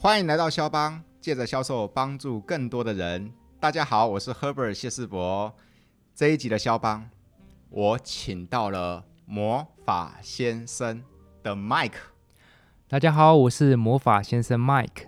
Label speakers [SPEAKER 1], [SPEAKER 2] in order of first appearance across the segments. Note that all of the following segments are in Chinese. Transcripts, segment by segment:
[SPEAKER 1] 欢迎来到肖邦，借着销售帮助更多的人。大家好，我是 Herbert 谢世博。这一集的肖邦，我请到了魔法先生的 Mike。
[SPEAKER 2] 大家好，我是魔法先生 Mike，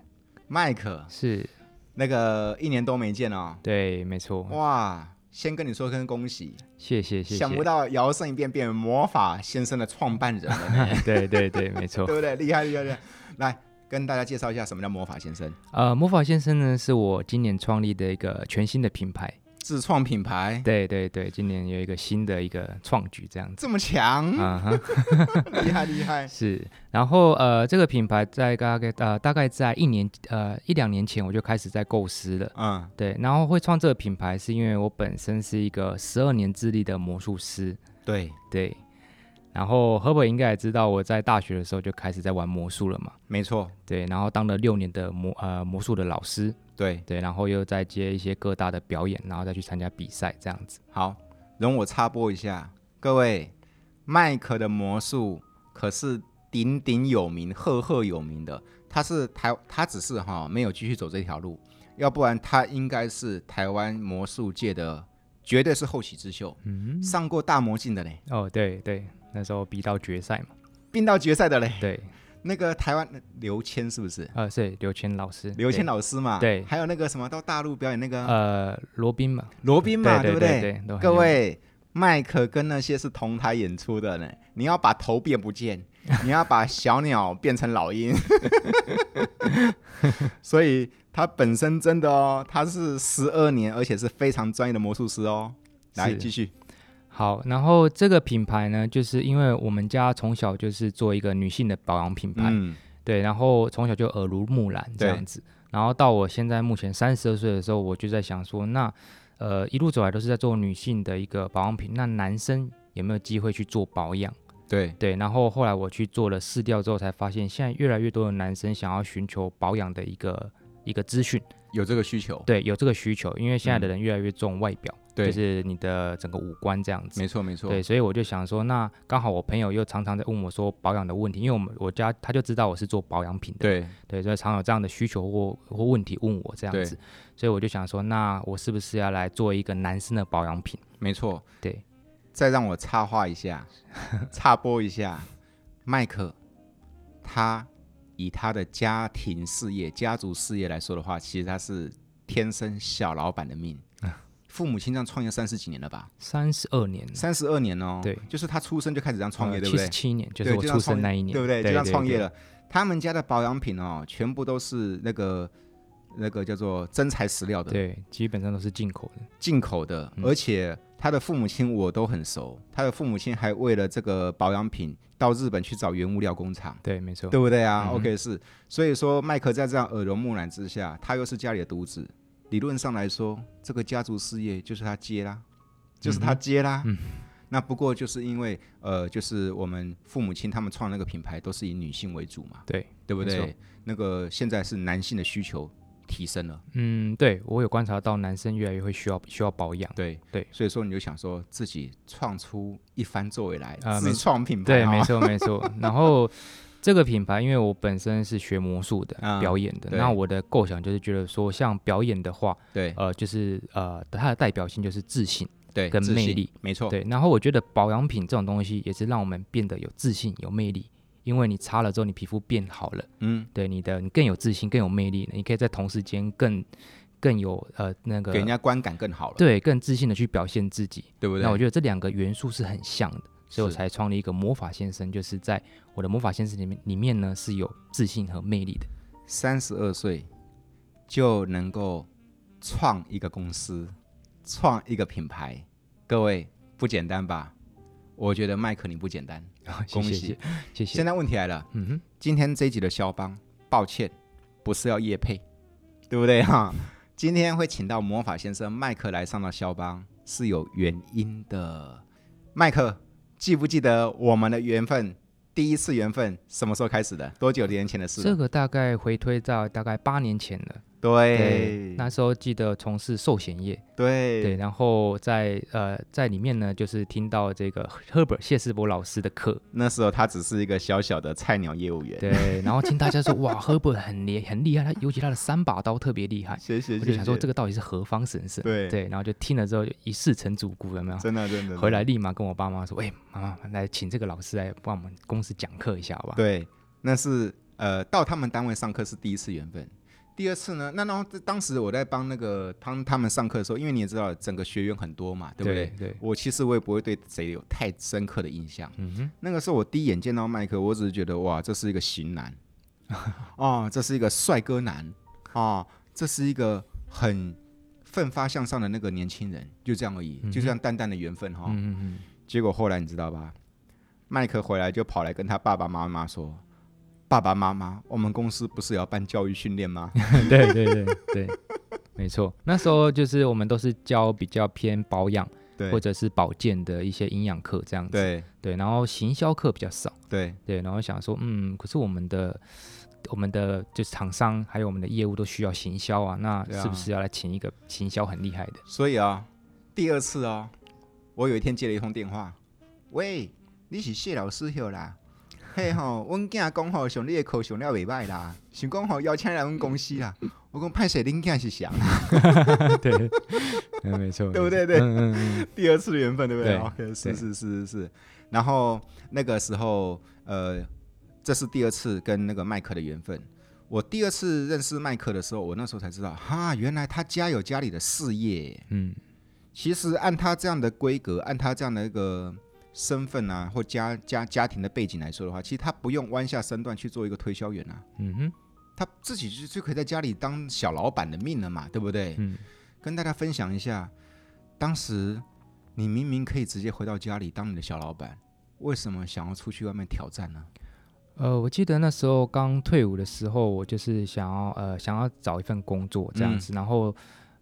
[SPEAKER 1] Mike，
[SPEAKER 2] 是
[SPEAKER 1] 那个一年多没见哦，
[SPEAKER 2] 对，没错，
[SPEAKER 1] 哇！先跟你说声恭喜，
[SPEAKER 2] 谢谢谢谢，
[SPEAKER 1] 想不到摇身一变变魔法先生的创办人 了呢，
[SPEAKER 2] 对对对，没错
[SPEAKER 1] 对，不对？厉害厉害厉害！来跟大家介绍一下什么叫魔法先生，
[SPEAKER 2] 呃，魔法先生呢是我今年创立的一个全新的品牌，
[SPEAKER 1] 自创品牌
[SPEAKER 2] 对对对，今年有一个新的一个创举这样子，
[SPEAKER 1] 这么强，
[SPEAKER 2] 啊哈，
[SPEAKER 1] 厉害厉害！
[SPEAKER 2] 是，然后呃，这个品牌在大概呃大概在一年呃一两年前我就开始在构思了。
[SPEAKER 1] 嗯，
[SPEAKER 2] 对，然后会创这个品牌，是因为我本身是一个十二年资历的魔术师，
[SPEAKER 1] 对，
[SPEAKER 2] 对。然后 h e r b e r 应该也知道，我在大学的时候就开始在玩魔术了嘛，
[SPEAKER 1] 没错，
[SPEAKER 2] 对。然后当了六年的魔呃魔术的老师，
[SPEAKER 1] 对，
[SPEAKER 2] 对。然后又在接一些各大的表演，然后再去参加比赛这样子。
[SPEAKER 1] 好，容我插播一下，各位，麦克的魔术可是鼎鼎有名、赫赫有名的。他是台，他只是哈没有继续走这条路，要不然他应该是台湾魔术界的绝对是后起之秀，
[SPEAKER 2] 嗯，
[SPEAKER 1] 上过大魔镜的嘞，
[SPEAKER 2] 哦，对对，那时候逼到决赛嘛，
[SPEAKER 1] 并到决赛的嘞。
[SPEAKER 2] 对，
[SPEAKER 1] 那个台湾刘谦是不是？
[SPEAKER 2] 呃，是刘谦老师，
[SPEAKER 1] 刘谦
[SPEAKER 2] 老
[SPEAKER 1] 老师嘛，
[SPEAKER 2] 对
[SPEAKER 1] 还有那个什么到大陆表演那个
[SPEAKER 2] 呃罗宾嘛，
[SPEAKER 1] 罗宾嘛，
[SPEAKER 2] 对
[SPEAKER 1] 不
[SPEAKER 2] 对对，都很
[SPEAKER 1] 各
[SPEAKER 2] 有名
[SPEAKER 1] 位，麦克跟那些是同台演出的呢，你要把头变不 见，你要把小鸟变成老鹰， 所以他本身真的哦，他是十二年，而且是非常专业的魔术师哦。来
[SPEAKER 2] 是
[SPEAKER 1] 继续，
[SPEAKER 2] 好，然后这个品牌呢，就是因为我们家从小就是做一个女性的保养品牌，
[SPEAKER 1] 嗯，
[SPEAKER 2] 对，然后从小就耳濡目染这
[SPEAKER 1] 对
[SPEAKER 2] 样子，然后到我现在目前三十二岁的时候，我就在想说，那呃一路走来都是在做女性的一个保养品，那男生有没有机会去做保养？
[SPEAKER 1] 对，
[SPEAKER 2] 对，然后后来我去做了试调之后，才发现现在越来越多的男生想要寻求保养的一个一个资讯，
[SPEAKER 1] 有这个需求，
[SPEAKER 2] 对，有这个需求，因为现在
[SPEAKER 1] 嗯
[SPEAKER 2] 的人越来越重外表，就是你的整个五官这样子。
[SPEAKER 1] 没错没错，
[SPEAKER 2] 对，所以我就想说，那刚好我朋友又常常在问我说保养的问题，因为我们我家他就知道我是做保养品的，
[SPEAKER 1] 对
[SPEAKER 2] 对，所以常有这样的需求或或问题问我这
[SPEAKER 1] 对
[SPEAKER 2] 样子，所以我就想说，那我是不是要来做一个男生的保养品？
[SPEAKER 1] 没错，
[SPEAKER 2] 对，
[SPEAKER 1] 再让我插话一下， 插播一下，麦克，他以他的家庭事业、家族事业来说的话，其实他是天生小老板的命。 父母亲这样创业三十几年了吧？
[SPEAKER 2] 三十二年了，
[SPEAKER 1] 三十二年哦，
[SPEAKER 2] 对呃
[SPEAKER 1] 就是他出生就开始这样创业，对不
[SPEAKER 2] 七
[SPEAKER 1] 对
[SPEAKER 2] 十？七年，就
[SPEAKER 1] 对，
[SPEAKER 2] 是我
[SPEAKER 1] 这
[SPEAKER 2] 出
[SPEAKER 1] 样创
[SPEAKER 2] 生
[SPEAKER 1] 业
[SPEAKER 2] 那一年，
[SPEAKER 1] 对不对？就这样创业
[SPEAKER 2] 对
[SPEAKER 1] 了。他们家的保养品哦，全部都是那个那个叫做真材实料的，
[SPEAKER 2] 对，基本上都是进口的，
[SPEAKER 1] 进口的，
[SPEAKER 2] 嗯
[SPEAKER 1] 而且他的父母亲我都很熟，他的父母亲还为了这个保养品到日本去找原物料工厂，
[SPEAKER 2] 对，没错，
[SPEAKER 1] 对不对啊、
[SPEAKER 2] 嗯哼
[SPEAKER 1] o k 是，所以说麦克在这样耳濡目染之下，他又是家里的独子，理论上来说，这个家族事业就是他接啦，就是他接啦。
[SPEAKER 2] 嗯
[SPEAKER 1] 那不过就是因为呃，就是我们父母亲他们创那个品牌都是以女性为主嘛，
[SPEAKER 2] 对，
[SPEAKER 1] 对不
[SPEAKER 2] 没
[SPEAKER 1] 对
[SPEAKER 2] 错？
[SPEAKER 1] 那个现在是男性的需求提升了。
[SPEAKER 2] 嗯，对我有观察到男生越来越会需要需要保养，
[SPEAKER 1] 对
[SPEAKER 2] 对
[SPEAKER 1] 所以说你就想说自己创出一番作为来，
[SPEAKER 2] 啊
[SPEAKER 1] 自
[SPEAKER 2] 没
[SPEAKER 1] 创品牌、
[SPEAKER 2] 对，
[SPEAKER 1] 哦，
[SPEAKER 2] 没错没错。然后这个品牌，因为我本身是学魔术的、
[SPEAKER 1] 啊
[SPEAKER 2] 表演的，
[SPEAKER 1] 对
[SPEAKER 2] 那我的构想就是觉得说，像表演的话，
[SPEAKER 1] 对
[SPEAKER 2] 呃，就是呃，它的代表性就是自信，
[SPEAKER 1] 对，
[SPEAKER 2] 跟
[SPEAKER 1] 自信
[SPEAKER 2] 魅力，
[SPEAKER 1] 没错，
[SPEAKER 2] 对。然后我觉得保养品这种东西也是让我们变得有自信、有魅力，因为你擦了之后，你皮肤变好了，
[SPEAKER 1] 嗯，
[SPEAKER 2] 对你的你更有自信、更有魅力了，你可以在同时间更更有呃那个
[SPEAKER 1] 给人家观感更好了，
[SPEAKER 2] 对更自信的去表现自己。
[SPEAKER 1] 对不对？
[SPEAKER 2] 那我觉得这两个元素是很像的，所以我
[SPEAKER 1] 是
[SPEAKER 2] 才创立一个魔法先生，就是在我的魔法先生里面里面呢是有自信和魅力的。
[SPEAKER 1] 三十二岁就能够创一个公司，创一个品牌，各位不简单吧？我觉得麦克你不简单。
[SPEAKER 2] 谢
[SPEAKER 1] 恭
[SPEAKER 2] 谢
[SPEAKER 1] 喜
[SPEAKER 2] 谢谢谢
[SPEAKER 1] 现。在问题来了，
[SPEAKER 2] 嗯哼，
[SPEAKER 1] 今天这一集的肖邦，抱歉，不是要夜配，对不对哈、今天会请到魔法先生麦克来上到肖邦是有原因的。麦克，记不记得我们的缘分？第一次缘分什么时候开始的？多久年前的事
[SPEAKER 2] 这
[SPEAKER 1] 了？
[SPEAKER 2] 个大概回推到大概八年前了。
[SPEAKER 1] 对，
[SPEAKER 2] 那时候记得从事寿险业，
[SPEAKER 1] 对
[SPEAKER 2] 对，然后在呃在里面呢，就是听到这个赫伯谢世博老师的课，
[SPEAKER 1] 那时候他只是一个小小的菜鸟业务员。
[SPEAKER 2] 对，然后听大家说哇，赫伯很厉很厉害，他尤其他的三把刀特别厉害，
[SPEAKER 1] 谢谢，
[SPEAKER 2] 我
[SPEAKER 1] 谢
[SPEAKER 2] 就
[SPEAKER 1] 谢
[SPEAKER 2] 想说这个到底是何方神圣？
[SPEAKER 1] 对
[SPEAKER 2] 对，然后就听了之后就一试成主顾，有没有？
[SPEAKER 1] 真的真的真的
[SPEAKER 2] 回来立马跟我爸妈说，哎、妈妈来请这个老师来帮我们公司讲课一下，好吧？
[SPEAKER 1] 对，那是呃，到他们单位上课是第一次缘分。第二次呢，那然后这当时我在帮那个他他们上课的时候，因为你也知道整个学员很多嘛，对不对？
[SPEAKER 2] 对对
[SPEAKER 1] 我其实我也不会对谁有太深刻的印象。
[SPEAKER 2] 嗯哼，
[SPEAKER 1] 那个时候我第一眼见到麦克，我只是觉得哇，这是一个型男，哦，这是一个帅哥男，哦，这是一个很奋发向上的那个年轻人，就这样而已，就这样淡淡的缘分哈、
[SPEAKER 2] 嗯嗯嗯，
[SPEAKER 1] 结果后来你知道吧，麦克回来就跑来跟他爸爸妈妈说：“爸爸妈妈，我们公司不是也要办教育训练吗
[SPEAKER 2] 对对对对，没错。那时候就是我们都是教比较偏保养？”
[SPEAKER 1] 对
[SPEAKER 2] 或者是保健的一些营养课这样子，
[SPEAKER 1] 对
[SPEAKER 2] 对然后行销课比较少，
[SPEAKER 1] 对
[SPEAKER 2] 对，然后想说，嗯，可是我们的我们的就是厂商还有我们的业务都需要行销啊，那
[SPEAKER 1] 对啊
[SPEAKER 2] 是不是要来请一个行销很厉害的？
[SPEAKER 1] 所以啊、第二次哦，我有一天接了一通电话，喂，你是谢老师哟啦。嘿吼，阮囝讲吼，上你的课上了袂歹啦，想讲吼邀请来阮公司啦。我讲派谁恁囝是谁啊？
[SPEAKER 2] 对，嗯，没 错，
[SPEAKER 1] 对不
[SPEAKER 2] 没错
[SPEAKER 1] 对对
[SPEAKER 2] 嗯嗯嗯，
[SPEAKER 1] 第二次的缘分，对不对
[SPEAKER 2] 对
[SPEAKER 1] o k 是
[SPEAKER 2] 对
[SPEAKER 1] 是是是是。然后那个时候，呃，这是第二次跟那个麦克的缘分。我第二次认识麦克的时候，我那时候才知道，哈，原来他家有家里的事业。
[SPEAKER 2] 嗯，
[SPEAKER 1] 其实按他这样的规格，按他这样的一个身份啊，或家家家庭的背景来说的话，其实他不用弯下身段去做一个推销员啊，
[SPEAKER 2] 嗯哼，
[SPEAKER 1] 他自己就就可以在家里当小老板的命了嘛，对不对？
[SPEAKER 2] 嗯，
[SPEAKER 1] 跟大家分享一下，当时你明明可以直接回到家里当你的小老板，为什么想要出去外面挑战呢？
[SPEAKER 2] 呃，我记得那时候刚退伍的时候，我就是想要呃想要找一份工作这样子，然后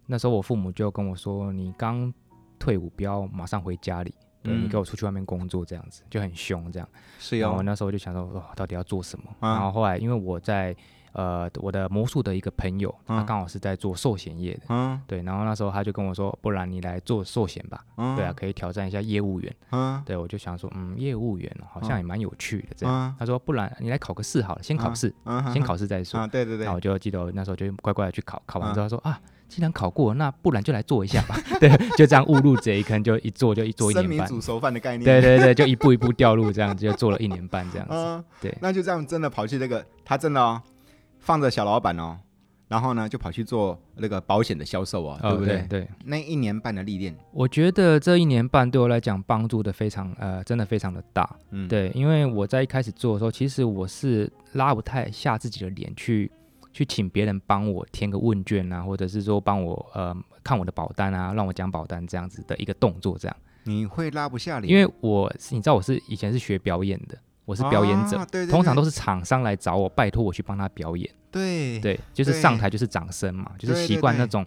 [SPEAKER 2] 那时候我父母就跟我说，你刚退伍不要马上回家里，对、
[SPEAKER 1] 嗯
[SPEAKER 2] 你给我出去外面工作这样子，就很凶这样。
[SPEAKER 1] 是
[SPEAKER 2] 然后
[SPEAKER 1] 哦
[SPEAKER 2] 我，那时候就想说，哇，到底要做什么？
[SPEAKER 1] 啊
[SPEAKER 2] 然后后来因为我在呃我的魔术的一个朋友，
[SPEAKER 1] 啊
[SPEAKER 2] 他刚好是在做寿险业的。
[SPEAKER 1] 嗯
[SPEAKER 2] 对，然后那时候他就跟我说，不然你来做寿险吧，
[SPEAKER 1] 嗯，
[SPEAKER 2] 对啊，，可以挑战一下业务员。
[SPEAKER 1] 嗯
[SPEAKER 2] 对，我就想说，嗯，业务员好
[SPEAKER 1] 啊
[SPEAKER 2] 像也蛮有趣的这样。
[SPEAKER 1] 嗯
[SPEAKER 2] 他说，不然你来考个试好了，先考
[SPEAKER 1] 啊
[SPEAKER 2] 试，
[SPEAKER 1] 嗯，
[SPEAKER 2] 先考试再说
[SPEAKER 1] 啊，。对对对
[SPEAKER 2] 那，我就记得我那时候就乖乖的去考，考完之
[SPEAKER 1] 啊
[SPEAKER 2] 后说啊，既然考过，那不然就来做一下吧。对，就这样误入贼坑，就一做就一做一
[SPEAKER 1] 生
[SPEAKER 2] 年
[SPEAKER 1] 米
[SPEAKER 2] 半。
[SPEAKER 1] 煮熟饭的概念，
[SPEAKER 2] 对对对，就一步一步掉入这样，就做了一年半这样子。
[SPEAKER 1] 嗯，
[SPEAKER 2] 对
[SPEAKER 1] 那就这样真的跑去这个，他真的哦，放着小老板哦，然后呢就跑去做那个保险的销售哦，
[SPEAKER 2] 哦
[SPEAKER 1] 对不
[SPEAKER 2] 对
[SPEAKER 1] 对？
[SPEAKER 2] 对，
[SPEAKER 1] 那一年半的历练，
[SPEAKER 2] 我觉得这一年半对我来讲帮助的非常呃，真的非常的大。
[SPEAKER 1] 嗯，，
[SPEAKER 2] 对，因为我在一开始做的时候，其实我是拉不太下自己的脸去去请别人帮我填个问卷啊，或者是说帮我呃看我的保单啊，让我讲保单这样子的一个动作这样。
[SPEAKER 1] 你会拉不下脸，
[SPEAKER 2] 因为我你知道我是以前是学表演的，我是表演者，
[SPEAKER 1] 啊对对
[SPEAKER 2] 通常
[SPEAKER 1] 对
[SPEAKER 2] 都是厂商来找我，拜托我去帮他表演。
[SPEAKER 1] 对，
[SPEAKER 2] 对，就是
[SPEAKER 1] 哎对
[SPEAKER 2] 上台就是掌声嘛，就是
[SPEAKER 1] 对
[SPEAKER 2] 习
[SPEAKER 1] 对
[SPEAKER 2] 惯
[SPEAKER 1] 对
[SPEAKER 2] 那种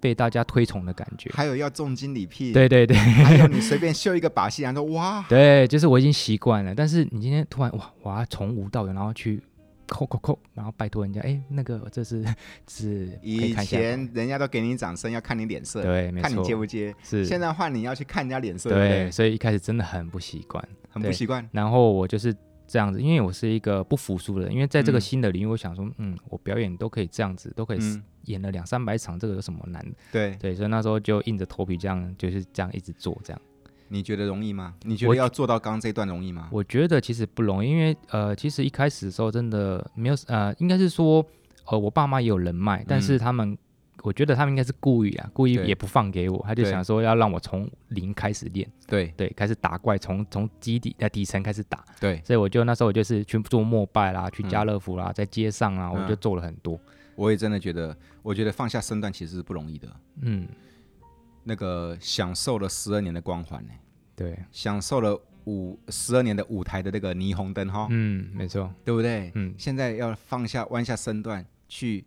[SPEAKER 2] 被大家推崇的感觉。
[SPEAKER 1] 还有要重金礼聘，
[SPEAKER 2] 对对对，
[SPEAKER 1] 还哎有你随便秀一个把戏，然后说哇，
[SPEAKER 2] 对，就是我已经习惯了，但是你今天突然哇，我要从无到有，然后去扣扣扣，然后拜托人家，哎，那个这是 是可以
[SPEAKER 1] 以
[SPEAKER 2] 看一下吗，
[SPEAKER 1] 前人家都给你掌声，要看你脸色，
[SPEAKER 2] 对，没
[SPEAKER 1] 看你
[SPEAKER 2] 错，
[SPEAKER 1] 接不接。
[SPEAKER 2] 是，
[SPEAKER 1] 现在换你要去看人家脸色，
[SPEAKER 2] 对，
[SPEAKER 1] 对
[SPEAKER 2] 所以一开始真的很不习惯，
[SPEAKER 1] 不对？很不习惯。
[SPEAKER 2] 然后我就是这样子，因为我是一个不服输的人，因为在这个
[SPEAKER 1] 嗯
[SPEAKER 2] 新的领域，我想说，嗯，我表演都可以这样子，都可以
[SPEAKER 1] 嗯，
[SPEAKER 2] 演了两三百场，这个有什么难的？
[SPEAKER 1] 对，
[SPEAKER 2] 对，所以那时候就硬着头皮这样，就是这样一直做这样。
[SPEAKER 1] 你觉得容易吗？你觉
[SPEAKER 2] 我
[SPEAKER 1] 得要做到刚刚这一段容易吗？
[SPEAKER 2] 我觉得其实不容易，因为呃，其实一开始的时候真的没有呃，应该是说呃，我爸妈也有人脉，但是他们、我觉得他们应该是故意啊，故
[SPEAKER 1] 嗯
[SPEAKER 2] 意
[SPEAKER 1] 对
[SPEAKER 2] 也不放给我，他就
[SPEAKER 1] 对
[SPEAKER 2] 想说要让我从零开始练，
[SPEAKER 1] 对
[SPEAKER 2] 对，开始打怪，从从基底呃底层开始打，
[SPEAKER 1] 对，
[SPEAKER 2] 所以我就那时候我就是去做膜拜啦，去
[SPEAKER 1] 嗯
[SPEAKER 2] 家乐福啦，在街上啊，我就
[SPEAKER 1] 嗯
[SPEAKER 2] 做了很多，
[SPEAKER 1] 我也真的觉得，我觉得放下身段其实是不容易的。
[SPEAKER 2] 嗯，
[SPEAKER 1] 那个享受了十二年的光环呢，
[SPEAKER 2] 对，
[SPEAKER 1] 享受了五十二年的舞台的那个霓虹灯哈，
[SPEAKER 2] 嗯，没错，
[SPEAKER 1] 对不对？
[SPEAKER 2] 嗯，
[SPEAKER 1] 现在要放下弯下身段去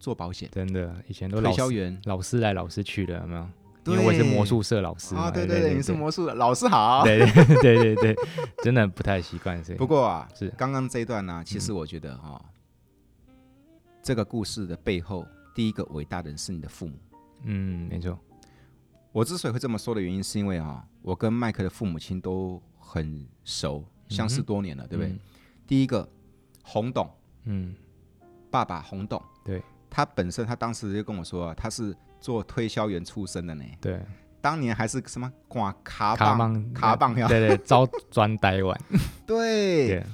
[SPEAKER 1] 做保险，
[SPEAKER 2] 真的，以前都
[SPEAKER 1] 推
[SPEAKER 2] 老
[SPEAKER 1] 销
[SPEAKER 2] 师
[SPEAKER 1] 员。
[SPEAKER 2] 老师来老师去的，有没有？因为我也是魔
[SPEAKER 1] 对
[SPEAKER 2] 术社老师嘛，
[SPEAKER 1] 啊，对
[SPEAKER 2] 对
[SPEAKER 1] 对对，你是魔术的老师好。
[SPEAKER 2] 对 对对对对，真的不太习惯。所以
[SPEAKER 1] 不过啊，
[SPEAKER 2] 是嗯
[SPEAKER 1] 刚刚这一段呢、其实我觉得哈、哦，这个故事的背后第一个伟大的人是你的父母。
[SPEAKER 2] 嗯，没错，
[SPEAKER 1] 我之所以会这么说的原因，是因为啊、我跟麦克的父母亲都很熟，相识多年了，对不对？
[SPEAKER 2] 嗯
[SPEAKER 1] 第一个，洪董，
[SPEAKER 2] 嗯
[SPEAKER 1] 爸爸洪董，
[SPEAKER 2] 对
[SPEAKER 1] 他本身他当时就跟我说啊，他是做推销员出身的呢，
[SPEAKER 2] 对，
[SPEAKER 1] 当年还是什么挂卡
[SPEAKER 2] 卡
[SPEAKER 1] 棒
[SPEAKER 2] 棒
[SPEAKER 1] 卡棒呀，
[SPEAKER 2] 对对， 招专呆玩，
[SPEAKER 1] 对，
[SPEAKER 2] 对，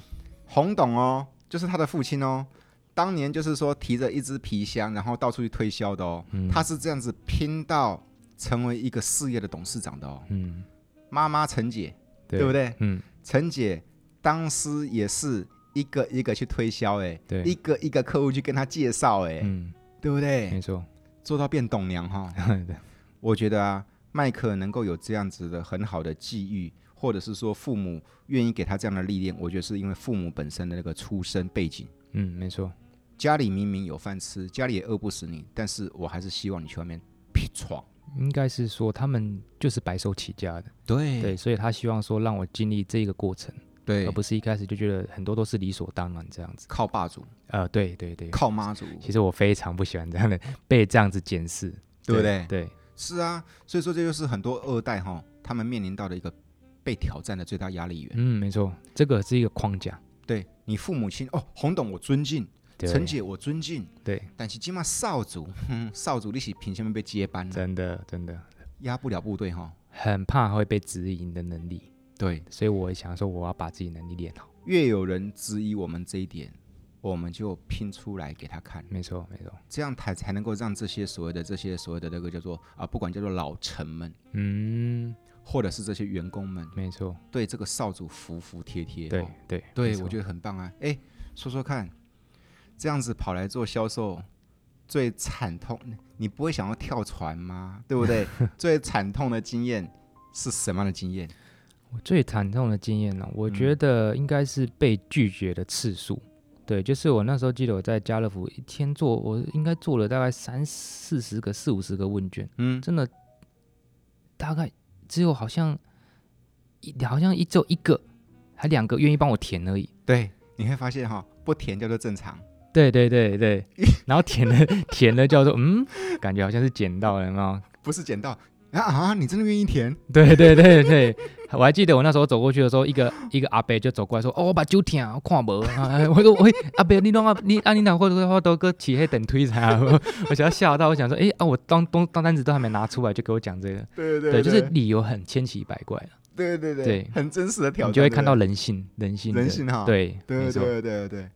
[SPEAKER 1] 洪董哦，就是他的父亲哦，当年就是说提着一只皮箱，然后到处去推销的哦，
[SPEAKER 2] 嗯
[SPEAKER 1] 他是这样子拼到成为一个事业的董事长的哦，
[SPEAKER 2] 嗯，
[SPEAKER 1] 妈妈陈姐，
[SPEAKER 2] 对
[SPEAKER 1] 对不对？
[SPEAKER 2] 嗯，
[SPEAKER 1] 陈姐当时也是一个一个去推销，哎，
[SPEAKER 2] 对
[SPEAKER 1] 一个一个客户去跟他介绍，哎、
[SPEAKER 2] 嗯，
[SPEAKER 1] 对不对？
[SPEAKER 2] 没错，
[SPEAKER 1] 做到变董娘哈、
[SPEAKER 2] 对，
[SPEAKER 1] 我觉得啊，麦克能够有这样子的很好的际遇，或者是说父母愿意给他这样的历练，我觉得是因为父母本身的那个出身背景。
[SPEAKER 2] 嗯，没错，
[SPEAKER 1] 家里明明有饭吃，家里也饿不死你，但是我还是希望你去外面拼闯。
[SPEAKER 2] 应该是说他们就是白手起家的，
[SPEAKER 1] 对
[SPEAKER 2] 对，所以他希望说让我经历这个过程，
[SPEAKER 1] 对
[SPEAKER 2] 而不是一开始就觉得很多都是理所当然这样子。
[SPEAKER 1] 靠霸主，
[SPEAKER 2] 呃，对对对，
[SPEAKER 1] 靠妈祖，
[SPEAKER 2] 其实我非常不喜欢这样的 被这样子检视，
[SPEAKER 1] 对不对？
[SPEAKER 2] 对，
[SPEAKER 1] 是啊，所以说这就是很多二代哈、他们面临到的一个被挑战的最大压力源。
[SPEAKER 2] 嗯，没错，这个是一个框架。
[SPEAKER 1] 对你父母亲哦，洪董我尊敬，
[SPEAKER 2] 对
[SPEAKER 1] 陈，姐我尊敬，
[SPEAKER 2] 对，
[SPEAKER 1] 但是今嘛少主，哼， 少主你是凭什么被接班呢？
[SPEAKER 2] 真的真的
[SPEAKER 1] 压不了部队哈、
[SPEAKER 2] 嗯很怕会被质疑你的能力，
[SPEAKER 1] 对，
[SPEAKER 2] 所以我想说我要把自己能力练好。
[SPEAKER 1] 越有人质疑我们这一点，我们就拼出来给他看，
[SPEAKER 2] 没错没错，
[SPEAKER 1] 这样才才能够让这些所谓的这些所谓的那个叫做啊，不管叫做老臣们，
[SPEAKER 2] 嗯，
[SPEAKER 1] 或者是这些员工们，
[SPEAKER 2] 没错，
[SPEAKER 1] 对这个少主服服帖帖、哦
[SPEAKER 2] 对对
[SPEAKER 1] 对，我觉
[SPEAKER 2] 得
[SPEAKER 1] 得很棒啊！哎，说说看，这样子跑来做销售，最惨痛，你不会想要跳船吗？对不 对？最惨痛的经验是什么样的经验？
[SPEAKER 2] 我最惨痛的经验呢、我
[SPEAKER 1] 嗯
[SPEAKER 2] 觉得应该是被拒绝的次数。对，就是我那时候记得我在家乐福一天做，我应该做了大概三四十个、四五十个问卷，
[SPEAKER 1] 嗯，
[SPEAKER 2] 真的大概只有好像一好像一只有一个还两个愿意帮我填而已。
[SPEAKER 1] 对，你会发现哈、不填叫做正常。
[SPEAKER 2] 对对对对，然后填了填了叫做嗯，感觉好像是捡到了，有没有？
[SPEAKER 1] 不是捡到啊啊！你真的愿意填？
[SPEAKER 2] 对对对对，我还记得我那时候走过去的时候，一个一个阿伯就走过来说：“哦，我把酒听，我看无。啊”我说：“喂，阿伯，你弄啊，你啊，你哪会会都搁起黑等推啥？”我想要吓到，我想说：“哎、啊，我当东当单子都还没拿出来，就给我讲这个。
[SPEAKER 1] 对”
[SPEAKER 2] 对，就是理由很千奇百怪了，
[SPEAKER 1] 对对对
[SPEAKER 2] 对
[SPEAKER 1] 很真实的挑战，
[SPEAKER 2] 你就会看到
[SPEAKER 1] 对
[SPEAKER 2] 人性，人性
[SPEAKER 1] 不
[SPEAKER 2] 的，
[SPEAKER 1] 对人性哈、
[SPEAKER 2] 对，没
[SPEAKER 1] 对
[SPEAKER 2] 错，
[SPEAKER 1] 对对对。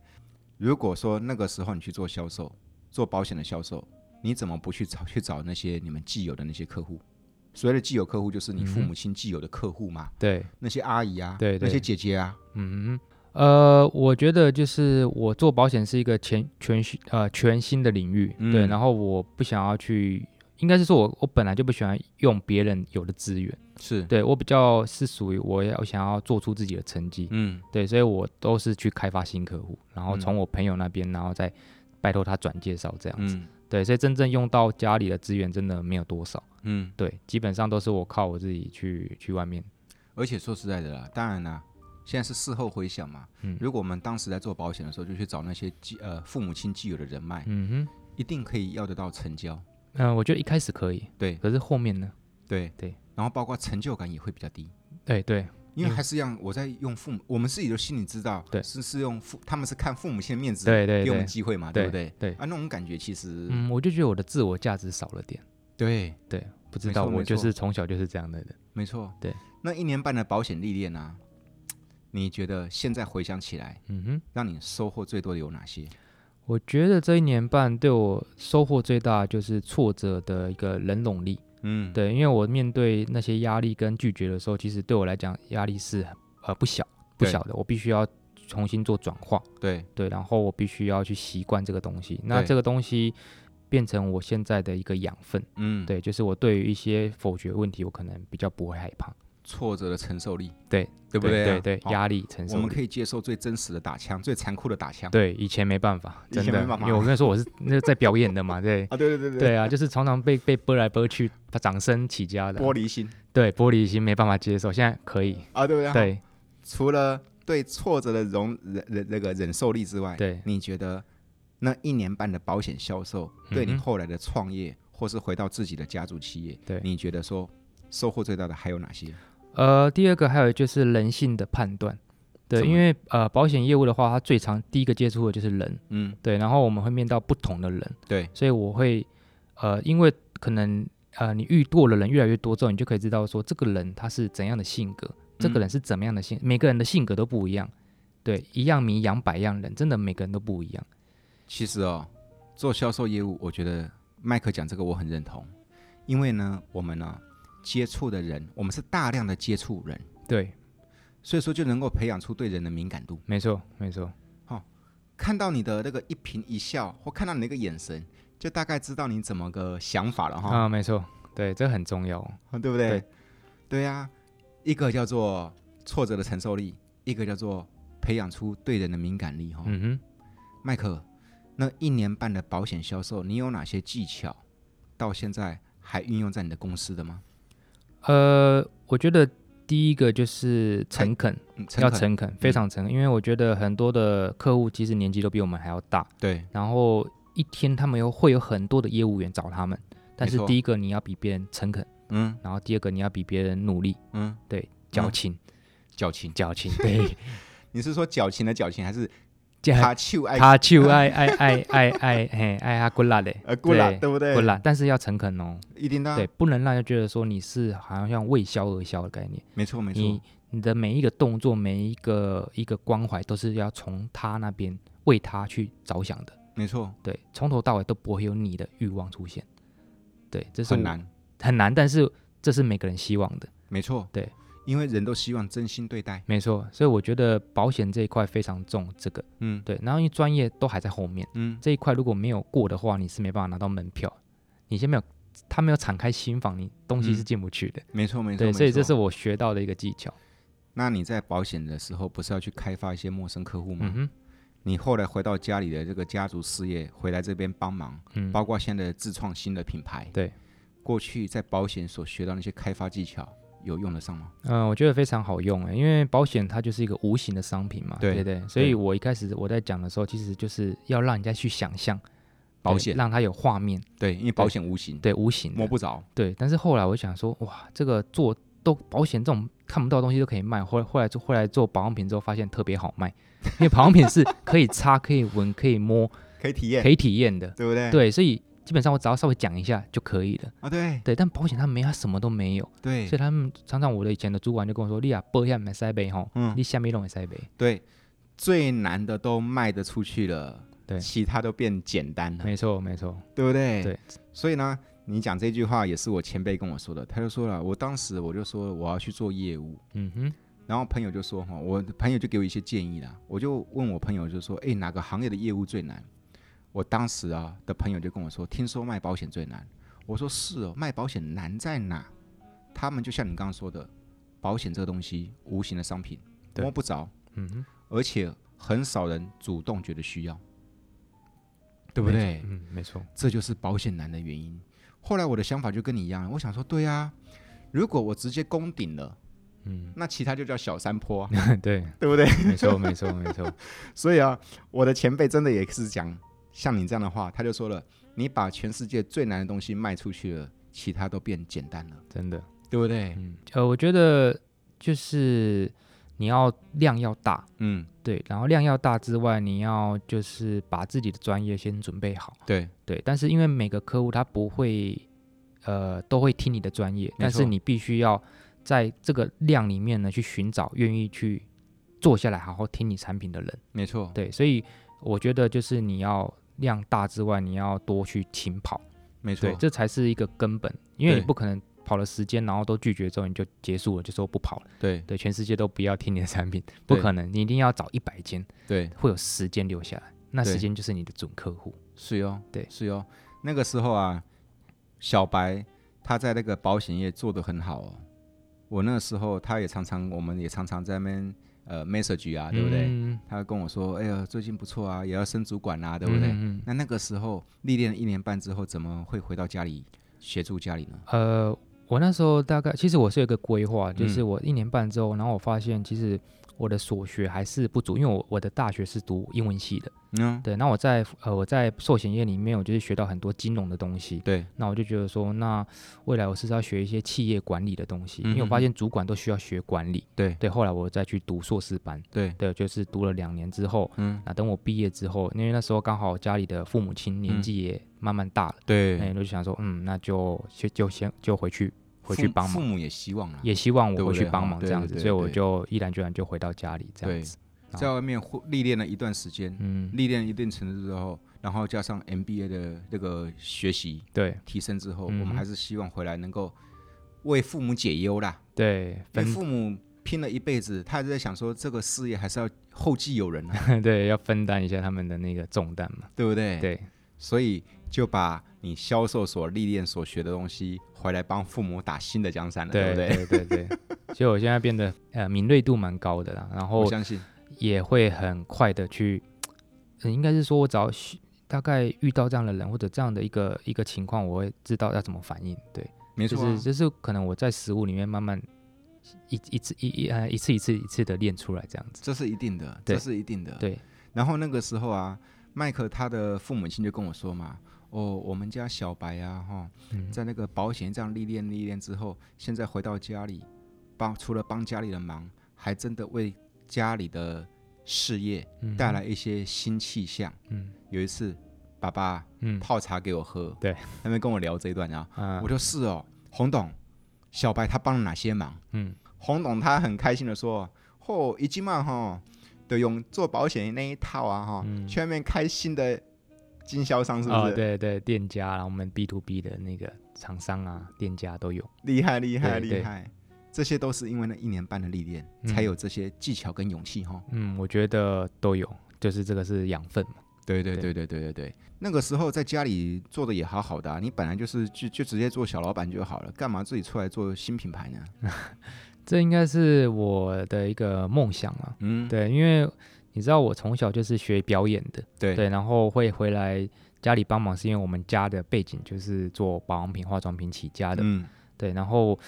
[SPEAKER 1] 如果说那个时候你去做销售，做保险的销售，你怎么不去找去找那些你们既有的那些客户？所谓的既有客户，就是你父
[SPEAKER 2] 嗯哼
[SPEAKER 1] 母亲既有的客户嘛，
[SPEAKER 2] 对，
[SPEAKER 1] 那些阿姨啊，
[SPEAKER 2] 对对
[SPEAKER 1] 那些姐姐啊，
[SPEAKER 2] 嗯。呃，我觉得就是我做保险是一个全全新呃全新的领域，
[SPEAKER 1] 嗯
[SPEAKER 2] 对，然后我不想要去，应该是说我我本来就不喜欢用别人有的资源，
[SPEAKER 1] 是，
[SPEAKER 2] 对我比较是属于我要想要做出自己的成绩，
[SPEAKER 1] 嗯，
[SPEAKER 2] 对，所以我都是去开发新客户，然后从我朋友那边，然后再拜托他转介绍这样子，
[SPEAKER 1] 嗯
[SPEAKER 2] 对，所以真正用到家里的资源真的没有多少，
[SPEAKER 1] 嗯。
[SPEAKER 2] 对，基本上都是我靠我自己去去外面，
[SPEAKER 1] 而且说实在的啦，当然啦，现在是事后回想嘛。
[SPEAKER 2] 嗯
[SPEAKER 1] 如果我们当时在做保险的时候，就去找那些既呃父母亲既有的人脉，
[SPEAKER 2] 嗯哼，
[SPEAKER 1] 一定可以要得到成交。
[SPEAKER 2] 嗯、我觉得一开始可以，
[SPEAKER 1] 对
[SPEAKER 2] 可是后面呢？
[SPEAKER 1] 对
[SPEAKER 2] 对，
[SPEAKER 1] 然后包括成就感也会比较低。
[SPEAKER 2] 对对，
[SPEAKER 1] 因为
[SPEAKER 2] 嗯
[SPEAKER 1] 还是一样，我在用父母，我们自己都心里知道，
[SPEAKER 2] 对
[SPEAKER 1] 是是用父，他们是看父母亲的面子
[SPEAKER 2] 对对
[SPEAKER 1] 给我们
[SPEAKER 2] 对
[SPEAKER 1] 机会嘛，
[SPEAKER 2] 对
[SPEAKER 1] 不对？
[SPEAKER 2] 对
[SPEAKER 1] 啊，，那种感觉其实，
[SPEAKER 2] 嗯，我就觉得我的自我价值少了点，
[SPEAKER 1] 对，
[SPEAKER 2] 对，不知
[SPEAKER 1] 没
[SPEAKER 2] 道
[SPEAKER 1] 错
[SPEAKER 2] 我
[SPEAKER 1] 没
[SPEAKER 2] 就
[SPEAKER 1] 错
[SPEAKER 2] 是从小就是这样的人，
[SPEAKER 1] 没错，
[SPEAKER 2] 对。
[SPEAKER 1] 那一年半的保险历练啊，你觉得现在回想起来，
[SPEAKER 2] 嗯哼。
[SPEAKER 1] 让你收获最多的有哪些？
[SPEAKER 2] 我觉得这一年半对我收获最大就是挫折的一个忍容力，
[SPEAKER 1] 嗯，，
[SPEAKER 2] 对，因为我面对那些压力跟拒绝的时候，其实对我来讲压力是呃不小不
[SPEAKER 1] 对
[SPEAKER 2] 小的，我必须要重新做转化，
[SPEAKER 1] 对，
[SPEAKER 2] 对，然后我必须要去习惯这个东西，那
[SPEAKER 1] 对
[SPEAKER 2] 这个东西变成我现在的一个养分，
[SPEAKER 1] 嗯，，
[SPEAKER 2] 对，就是我对于一些否决问题，我可能比较不会害怕，
[SPEAKER 1] 挫折的承受力，
[SPEAKER 2] 对，
[SPEAKER 1] 对不
[SPEAKER 2] 对
[SPEAKER 1] 对啊？
[SPEAKER 2] 对，
[SPEAKER 1] 好
[SPEAKER 2] 压力承受
[SPEAKER 1] 我们
[SPEAKER 2] 力。
[SPEAKER 1] 可以接受最真实的打枪，最残酷的打枪，
[SPEAKER 2] 对，以前没办法，
[SPEAKER 1] 啊以
[SPEAKER 2] 真
[SPEAKER 1] 前
[SPEAKER 2] 的
[SPEAKER 1] 没办，法
[SPEAKER 2] 因为我跟你说我是那在表演的嘛，对，
[SPEAKER 1] 啊， 对对对，
[SPEAKER 2] 对啊，就是常常被被拨来拨去，掌声起家的。啊
[SPEAKER 1] 玻璃心
[SPEAKER 2] 对玻璃心没办法接受，现在可以。
[SPEAKER 1] 啊，对不对？好，
[SPEAKER 2] 对
[SPEAKER 1] 除了对挫折的容忍忍那个忍受力之外，
[SPEAKER 2] 对
[SPEAKER 1] 你觉得那一年半的保险销售，对你
[SPEAKER 2] 嗯哼
[SPEAKER 1] 后来的创业或是回到自己的家族企业，
[SPEAKER 2] 对
[SPEAKER 1] 你觉得说收获最大的还有哪些？
[SPEAKER 2] 呃，第二个还有就是人性的判断，对，
[SPEAKER 1] 怎么
[SPEAKER 2] 因为呃，保险业务的话，它最常第一个接触的就是人，
[SPEAKER 1] 嗯，
[SPEAKER 2] 对，然后我们会面到不同的人，
[SPEAKER 1] 对，
[SPEAKER 2] 所以我会呃，因为可能呃，你遇过的人越来越多之后，你就可以知道说这个人他是怎样的性格，这
[SPEAKER 1] 嗯
[SPEAKER 2] 个人是怎么样的性，每个人的性格都不一样，对，一样米养百样人，真的每个人都不一样，
[SPEAKER 1] 其实哦，做销售业务，我觉得麦克讲这个我很认同，因为呢，我们呢、接触的人，我们是大量的接触人，
[SPEAKER 2] 对，
[SPEAKER 1] 所以说就能够培养出对人的敏感度。
[SPEAKER 2] 没错，没错，
[SPEAKER 1] 看到你的那个一颦一笑，或看到你那个眼神，就大概知道你怎么个想法了哈，
[SPEAKER 2] 啊，没错，对，这很重要 哦，
[SPEAKER 1] 对不对？
[SPEAKER 2] 对
[SPEAKER 1] 对呀、一个叫做挫折的承受力，一个叫做培养出对人的敏感力哈。
[SPEAKER 2] 嗯哼。
[SPEAKER 1] 麦克，那一年半的保险销售，你有哪些技巧到现在还运用在你的公司的吗？
[SPEAKER 2] 呃，我觉得第一个就是诚恳，
[SPEAKER 1] 嗯，
[SPEAKER 2] 要
[SPEAKER 1] 诚恳，
[SPEAKER 2] 诚恳，非常诚恳，因为我觉得很多的客户其实年纪都比我们还要大，
[SPEAKER 1] 对，
[SPEAKER 2] 然后一天他们又会有很多的业务员找他们，但是
[SPEAKER 1] 没错
[SPEAKER 2] 第一个你要比别人诚恳，
[SPEAKER 1] 嗯
[SPEAKER 2] 然后第二个你要比别人努力，
[SPEAKER 1] 嗯，
[SPEAKER 2] 对，矫情，
[SPEAKER 1] 矫情，
[SPEAKER 2] 矫 情，对，
[SPEAKER 1] 你是说矫情的矫情，还是
[SPEAKER 2] 这还
[SPEAKER 1] 他就爱
[SPEAKER 2] 哎他就爱爱爱爱爱嘿爱他滚啦嘞，
[SPEAKER 1] 呃过来，
[SPEAKER 2] 对
[SPEAKER 1] 对不对？
[SPEAKER 2] 滚啦，但是要诚恳哦，
[SPEAKER 1] 一定的啊，
[SPEAKER 2] 对，不能让人觉得说你是好像为销而销的概念。
[SPEAKER 1] 没错没错
[SPEAKER 2] 你，你的每一个动作，每一个一个关怀，都是要从他那边为他去着想的。
[SPEAKER 1] 没错，
[SPEAKER 2] 对，从头到尾都不会有你的欲望出现。对，这是
[SPEAKER 1] 很
[SPEAKER 2] 我
[SPEAKER 1] 难，
[SPEAKER 2] 很难，但是这是每个人希望的，
[SPEAKER 1] 没错，
[SPEAKER 2] 对，
[SPEAKER 1] 因为人都希望真心对待，
[SPEAKER 2] 没错。所以我觉得保险这一块非常重这个。
[SPEAKER 1] 嗯
[SPEAKER 2] 对，然后因为专业都还在后面，
[SPEAKER 1] 嗯，
[SPEAKER 2] 这一块如果没有过的话，你是没办法拿到门票。你先没有，他没有敞开心房，你东西是
[SPEAKER 1] 嗯
[SPEAKER 2] 进不去的。
[SPEAKER 1] 没错没错，
[SPEAKER 2] 对，所以
[SPEAKER 1] 嗯
[SPEAKER 2] 这
[SPEAKER 1] 没错
[SPEAKER 2] 是我学到的一个技巧。
[SPEAKER 1] 那你在保险的时候，不是要去开发一些陌生客户吗？
[SPEAKER 2] 嗯哼，
[SPEAKER 1] 你后来回到家里的这个家族事业，回来这边帮忙，
[SPEAKER 2] 嗯，
[SPEAKER 1] 包括现在的自创新的品牌，
[SPEAKER 2] 对，
[SPEAKER 1] 过去在保险所学到那些开发技巧，有用得上吗？
[SPEAKER 2] 嗯，我觉得非常好用诶，因为保险它就是一个无形的商品嘛，
[SPEAKER 1] 对
[SPEAKER 2] 对不对，所以我一开始我在讲的时候，其实就是要让人家去想象
[SPEAKER 1] 保
[SPEAKER 2] 对
[SPEAKER 1] 险
[SPEAKER 2] 让它有画面，
[SPEAKER 1] 对，因为保险无形，
[SPEAKER 2] 对，无形的
[SPEAKER 1] 摸不着，
[SPEAKER 2] 对。但是后来我想说，哇，这个做都保险这种看不到的东西都可以卖，后来后来做后来做保养品之后，发现特别好卖， 因为保养品是可以擦、可以闻、可以摸、
[SPEAKER 1] 可以体验
[SPEAKER 2] 可，以体验的，
[SPEAKER 1] 对不对？
[SPEAKER 2] 对，所以基本上我只要稍微讲一下就可以了，
[SPEAKER 1] 啊，对
[SPEAKER 2] 对。但保险它没有，它什么都没有，
[SPEAKER 1] 对
[SPEAKER 2] 所以他们常常我的以前的主管就跟我说，你啊，保险买塞杯吼。
[SPEAKER 1] 嗯
[SPEAKER 2] 你下面弄也塞呗。
[SPEAKER 1] 对，最难的都卖得出去了，
[SPEAKER 2] 对
[SPEAKER 1] 其他都变简单了，
[SPEAKER 2] 没错，没错，
[SPEAKER 1] 对不对？
[SPEAKER 2] 对，
[SPEAKER 1] 所以呢，你讲这句话也是我前辈跟我说的，他就说了，我当时我就说我要去做业务，
[SPEAKER 2] 嗯哼，
[SPEAKER 1] 然后朋友就说哈，我朋友就给我一些建议啦，我就问我朋友就说，诶，哪个行业的业务最难？我当时啊的朋友就跟我说，听说卖保险最难。我说是哦，卖保险难在哪？他们就像你刚刚说的，保险这个东西无形的商品，
[SPEAKER 2] 对
[SPEAKER 1] 摸不着，
[SPEAKER 2] 嗯哼，
[SPEAKER 1] 而且很少人主动觉得需要，对不对？
[SPEAKER 2] 嗯，没错，
[SPEAKER 1] 这就是保险难的原因。后来我的想法就跟你一样，我想说，对啊，如果我直接攻顶了，
[SPEAKER 2] 嗯，
[SPEAKER 1] 那其他就叫小山坡啊，
[SPEAKER 2] 对，
[SPEAKER 1] 对不对？
[SPEAKER 2] 没错，没错，没错，
[SPEAKER 1] 所以啊，我的前辈真的也是讲像你这样的话，他就说了，你把全世界最难的东西卖出去了，其他都变简单了，
[SPEAKER 2] 真的，
[SPEAKER 1] 对不对？
[SPEAKER 2] 嗯，呃，我觉得就是你要量要大，
[SPEAKER 1] 嗯，
[SPEAKER 2] 对，然后量要大之外，你要就是把自己的专业先准备好，
[SPEAKER 1] 对，
[SPEAKER 2] 对，但是因为每个客户他不会，呃，都会听你的专业，但是
[SPEAKER 1] 错
[SPEAKER 2] 你必须要在这个量里面呢，去寻找愿意去坐下来好好听你产品的人。
[SPEAKER 1] 没错，
[SPEAKER 2] 对，所以我觉得就是你要量大之外，你要多去勤跑，
[SPEAKER 1] 没错
[SPEAKER 2] 对，，这才是一个根本，因为你
[SPEAKER 1] 对
[SPEAKER 2] 不可能跑了时间，然后都拒绝之后你就结束了，就说不跑了，
[SPEAKER 1] 对，
[SPEAKER 2] 对，全世界都不要听你的产品，不
[SPEAKER 1] 对
[SPEAKER 2] 可能，你一定要找一百间，
[SPEAKER 1] 对，
[SPEAKER 2] 会有时间留下来，那
[SPEAKER 1] 对
[SPEAKER 2] 时间就是你的准客户，
[SPEAKER 1] 是哟，
[SPEAKER 2] 对
[SPEAKER 1] 是哟。那个时候啊，小白他在那个保险业做得很好哦。我那时候他也常常，我们也常常在那边呃 message 啊，对不对？
[SPEAKER 2] 嗯
[SPEAKER 1] 他跟我说，哎呀，最近不错啊，也要升主管啦、对不对？
[SPEAKER 2] 嗯嗯嗯
[SPEAKER 1] 那那个时候历练了一年半之后，怎么会回到家里协助家里呢？
[SPEAKER 2] 呃，我那时候大概其实我是有一个规划，就
[SPEAKER 1] 嗯
[SPEAKER 2] 是我一年半之后，然后我发现其实我的所学还是不足，因为我我的大学是读英文系的，
[SPEAKER 1] 嗯，
[SPEAKER 2] 对。那我在呃我在寿险业里面，我就是学到很多金融的东西，
[SPEAKER 1] 对，
[SPEAKER 2] 那我就觉得说，那未来我是不是要学一些企业管理的东西，
[SPEAKER 1] 嗯
[SPEAKER 2] 因为我
[SPEAKER 1] 嗯
[SPEAKER 2] 发现主管都需要学管理。
[SPEAKER 1] 对
[SPEAKER 2] 对，后来我再去读硕士班，
[SPEAKER 1] 对，
[SPEAKER 2] 对，就是读了两年之后，
[SPEAKER 1] 嗯，
[SPEAKER 2] 那等我毕业之后，因为那时候刚好家里的父母亲年
[SPEAKER 1] 嗯
[SPEAKER 2] 纪也慢慢大了，
[SPEAKER 1] 对，
[SPEAKER 2] 那、我就想说，嗯，那就就就先就回去回去
[SPEAKER 1] 父
[SPEAKER 2] 帮
[SPEAKER 1] 父
[SPEAKER 2] 忙，
[SPEAKER 1] 母也希望了，
[SPEAKER 2] 也希望
[SPEAKER 1] 对
[SPEAKER 2] 我
[SPEAKER 1] 不
[SPEAKER 2] 回去
[SPEAKER 1] 对
[SPEAKER 2] 帮
[SPEAKER 1] 哈
[SPEAKER 2] 忙
[SPEAKER 1] 对
[SPEAKER 2] 这样
[SPEAKER 1] 对
[SPEAKER 2] 子，
[SPEAKER 1] 对
[SPEAKER 2] 所以我
[SPEAKER 1] 对
[SPEAKER 2] 就毅然决然就回到家里这样
[SPEAKER 1] 对
[SPEAKER 2] 子，
[SPEAKER 1] 在外面混历练了一段时间，
[SPEAKER 2] 嗯，
[SPEAKER 1] 历练一定程度之后，然后加上 MBA 的那个学习
[SPEAKER 2] 对
[SPEAKER 1] 提升之后，
[SPEAKER 2] 嗯哼
[SPEAKER 1] 我们还是希望回来能够为父母解忧啦。
[SPEAKER 2] 对，
[SPEAKER 1] 因为
[SPEAKER 2] 分
[SPEAKER 1] 父母拼了一辈子，他还在想说这个事业还是要后继有人啊，
[SPEAKER 2] 对要分担一 下他们的那个重担嘛，
[SPEAKER 1] 对不对？，
[SPEAKER 2] 对，
[SPEAKER 1] 所以就把你销售所历练所学的东西回来帮父母打新的江山了，对
[SPEAKER 2] 对
[SPEAKER 1] 不对？
[SPEAKER 2] 对对对， 所以我现在变得呃敏锐度蛮高的啦，然后
[SPEAKER 1] 我相信，
[SPEAKER 2] 也会很快的去，嗯，应该是说我只要需大概遇到这样的人或者这样的一个一个情况，我会知道要怎么反应。对，
[SPEAKER 1] 没
[SPEAKER 2] 就
[SPEAKER 1] 错、啊
[SPEAKER 2] 是，就是可能我在食物里面慢慢一一次一一呃一次一次一次的练出来这样子。
[SPEAKER 1] 这是一定的，
[SPEAKER 2] 对
[SPEAKER 1] 这是一定的。
[SPEAKER 2] 对，
[SPEAKER 1] 然后那个时候啊，麦克他的父母亲就跟我说嘛，哦，我们家小白啊，哈、
[SPEAKER 2] 嗯，
[SPEAKER 1] 在那个保险这样历练历练之后，现在回到家里，帮除了帮家里人忙，还真的为家里的事业
[SPEAKER 2] 嗯
[SPEAKER 1] 带来，一些新气象。
[SPEAKER 2] 嗯
[SPEAKER 1] 有一次，爸爸
[SPEAKER 2] 嗯
[SPEAKER 1] 泡茶给我喝，
[SPEAKER 2] 对，
[SPEAKER 1] 他们跟我聊这一段啊，
[SPEAKER 2] 啊
[SPEAKER 1] 我，就是哦，洪董，小白他帮了哪些忙？
[SPEAKER 2] 嗯
[SPEAKER 1] 洪董他很开心的说：“哦，一进嘛哈，得用做保险那一套啊哈，
[SPEAKER 2] 嗯
[SPEAKER 1] 去外面开新的经销商是不
[SPEAKER 2] 哦，
[SPEAKER 1] 是？
[SPEAKER 2] 对对，店家，然后我们 B to B 的那个厂商啊，店家都有。
[SPEAKER 1] 厉害厉害
[SPEAKER 2] 对
[SPEAKER 1] 厉
[SPEAKER 2] 对
[SPEAKER 1] 害！这些都是因为那一年半的历练，
[SPEAKER 2] 嗯
[SPEAKER 1] 才有这些技巧跟勇气哈。
[SPEAKER 2] 嗯，我觉得都有，就是这个是养分嘛。
[SPEAKER 1] 对对
[SPEAKER 2] 对
[SPEAKER 1] 对对对对对，那个时候在家里做的也好好的、啊，你本来就是就就直接做小老板就好了，干嘛自己出来做新品牌呢？
[SPEAKER 2] 这应该是我的一个梦想啊。
[SPEAKER 1] 嗯，
[SPEAKER 2] 对，因为你知道我从小就是学表演的，
[SPEAKER 1] 对
[SPEAKER 2] 对，然后会回来家里帮忙，是因为我们家的背景就是做保养品、化妆品起家的，
[SPEAKER 1] 嗯
[SPEAKER 2] 对，然后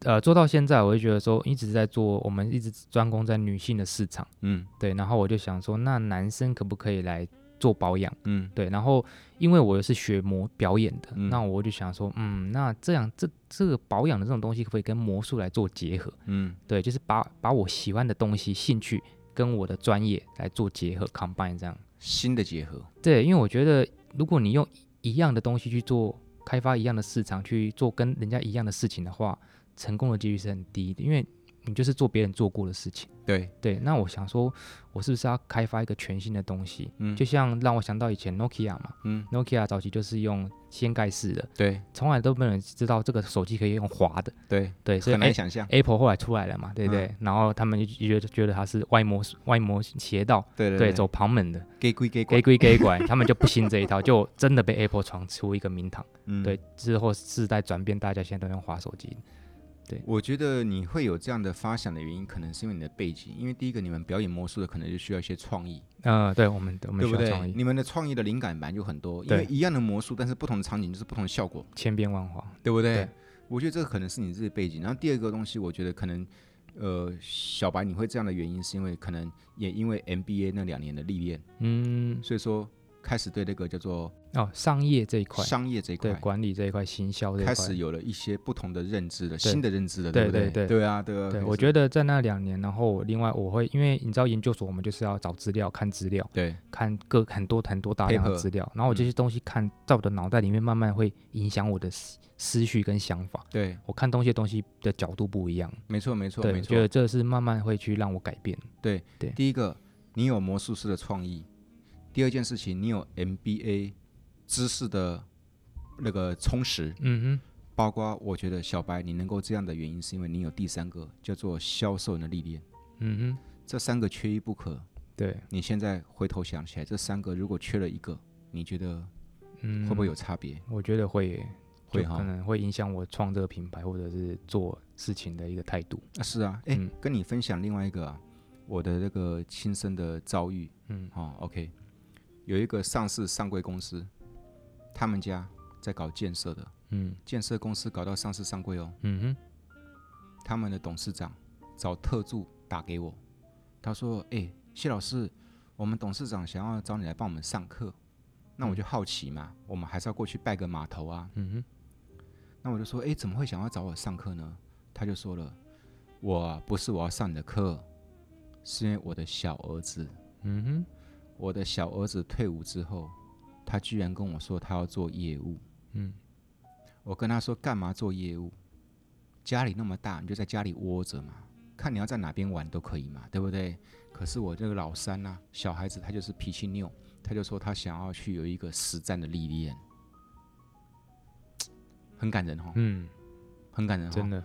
[SPEAKER 2] 呃做到现在，我就觉得说一直在做，我们一直专攻在女性的市场，
[SPEAKER 1] 嗯
[SPEAKER 2] 对，然后我就想说，那男生可不可以来做保养？
[SPEAKER 1] 嗯
[SPEAKER 2] 对，然后因为我又是学模表演的，
[SPEAKER 1] 嗯
[SPEAKER 2] 那我就想说，嗯，那这样这这个保养的这种东西，可不可以跟魔术来做结合？
[SPEAKER 1] 嗯，
[SPEAKER 2] 对，就是把把我喜欢的东西、兴趣跟我的专业来做结合 combine 这样。
[SPEAKER 1] 新的结合，
[SPEAKER 2] 对，因为我觉得如果你用一样的东西去做开发一样的市场，去做跟人家一样的事情的话，成功的几率是很低的，因为你就是做别人做过的事情。
[SPEAKER 1] 对，
[SPEAKER 2] 对，那我想说，我是不是要开发一个全新的东西？
[SPEAKER 1] 嗯
[SPEAKER 2] 就像让我想到以前 Nokia 嘛
[SPEAKER 1] 嗯
[SPEAKER 2] ，Nokia 早期就是用掀盖式的，
[SPEAKER 1] 对
[SPEAKER 2] 从来都没有人知道这个手机可以用滑的。
[SPEAKER 1] 对，
[SPEAKER 2] 对，所以哎
[SPEAKER 1] 很难想象，
[SPEAKER 2] Apple 后来出来了嘛，对不
[SPEAKER 1] 嗯
[SPEAKER 2] 对？然后他们就觉得觉得它是外模外模邪道，
[SPEAKER 1] 对
[SPEAKER 2] 对
[SPEAKER 1] 对
[SPEAKER 2] 走旁门的，
[SPEAKER 1] 给归给
[SPEAKER 2] 给
[SPEAKER 1] 归，
[SPEAKER 2] 鬼给拐， 他们就不信这一套，就真的被 Apple 闯出一个名堂。
[SPEAKER 1] 嗯
[SPEAKER 2] 对，之后世代转变，大家现在都用滑手机。
[SPEAKER 1] 我觉得你会有这样的发想的原因，可能是因为你的背景，因为第一个你们表演魔术的可能就需要一些创意，
[SPEAKER 2] 嗯，对，我们我们
[SPEAKER 1] 对
[SPEAKER 2] 需
[SPEAKER 1] 不
[SPEAKER 2] 要
[SPEAKER 1] 对
[SPEAKER 2] 创？意，
[SPEAKER 1] 你们的创意的灵感本来就很多，因为
[SPEAKER 2] 对
[SPEAKER 1] 一样的魔术，但是不同的场景就是不同的效果，
[SPEAKER 2] 千变万化。
[SPEAKER 1] 对不对？
[SPEAKER 2] 对
[SPEAKER 1] 我觉得这个可能是你自己的背景。然后第二个东西，我觉得可能，呃，小白你会这样的原因，是因为可能也因为 MBA 那两年的历练，
[SPEAKER 2] 嗯，
[SPEAKER 1] 所以说开始对那个叫做
[SPEAKER 2] 哦，商业这一块，
[SPEAKER 1] 商业这一
[SPEAKER 2] 对
[SPEAKER 1] 块
[SPEAKER 2] 管理这一块，行销这一块
[SPEAKER 1] 开，始有了一些不同的认知了，新的认知了，不
[SPEAKER 2] 对对
[SPEAKER 1] 对？
[SPEAKER 2] 对
[SPEAKER 1] 对啊，对啊，
[SPEAKER 2] 对，
[SPEAKER 1] 可
[SPEAKER 2] 我
[SPEAKER 1] 是
[SPEAKER 2] 觉得在那两年，然后我另外我会，因为你知道研究所我们就是要找资料、看资料，
[SPEAKER 1] 对，
[SPEAKER 2] 看各很多很多大量的
[SPEAKER 1] Paper
[SPEAKER 2] 资料，然后我这些东西看在我的脑袋里面，慢慢会影响我的思思绪跟想法。
[SPEAKER 1] 对，
[SPEAKER 2] 我看东西的东西的角度不一样，
[SPEAKER 1] 没错，没错，
[SPEAKER 2] 对，
[SPEAKER 1] 没
[SPEAKER 2] 我
[SPEAKER 1] 错
[SPEAKER 2] 觉。得这是慢慢会去让我改变。
[SPEAKER 1] 第一个，你有魔术师的创意；第二件事情，你有 MBA 知识的那个充实。
[SPEAKER 2] 嗯
[SPEAKER 1] 包括我觉得小白你能够这样的原因，是因为你有第三个叫做销售能力链，
[SPEAKER 2] 哼，嗯
[SPEAKER 1] 这三个缺一不可。
[SPEAKER 2] 哼，对，
[SPEAKER 1] 你现在回头想起来，这三个如果缺了一个，你觉得
[SPEAKER 2] 嗯，
[SPEAKER 1] 会不会有？差别？
[SPEAKER 2] 我觉得会耶，
[SPEAKER 1] 会
[SPEAKER 2] 就
[SPEAKER 1] 哈
[SPEAKER 2] 可能会影响我创这个品牌或者是做事情的一个态度。
[SPEAKER 1] 啊，是啊，哎、
[SPEAKER 2] 嗯
[SPEAKER 1] 跟你分享另外一个、啊、我的那个亲身的遭遇。
[SPEAKER 2] 嗯
[SPEAKER 1] 哦，OK，有一个上市上柜公司，他们家在搞建设的，
[SPEAKER 2] 嗯
[SPEAKER 1] 建设公司搞到上市上柜哦，
[SPEAKER 2] 嗯哼，
[SPEAKER 1] 他们的董事长找特助打给我，他说：“哎、谢老师，我们董事长想要找你来帮我们上课。”那我就好奇嘛，我们还是要过去拜个码头啊。
[SPEAKER 2] 嗯哼，
[SPEAKER 1] 那我就说：“哎、怎么会想要找我上课呢？”他就说了：“我啊不是我要上你的课，是因为我的小儿子，
[SPEAKER 2] 嗯哼，
[SPEAKER 1] 我的小儿子退伍之后，他居然跟我说他要做业务。
[SPEAKER 2] 嗯，
[SPEAKER 1] 我跟他说干嘛做业务？家里那么大，你就在家里窝着嘛，看你要在哪边玩都可以嘛，对不对？可是我这个老三呐、小孩子他就是脾气拗，他就说他想要去有一个实战的历练，很感人哦，
[SPEAKER 2] 嗯，
[SPEAKER 1] 很感人哦，
[SPEAKER 2] 真的，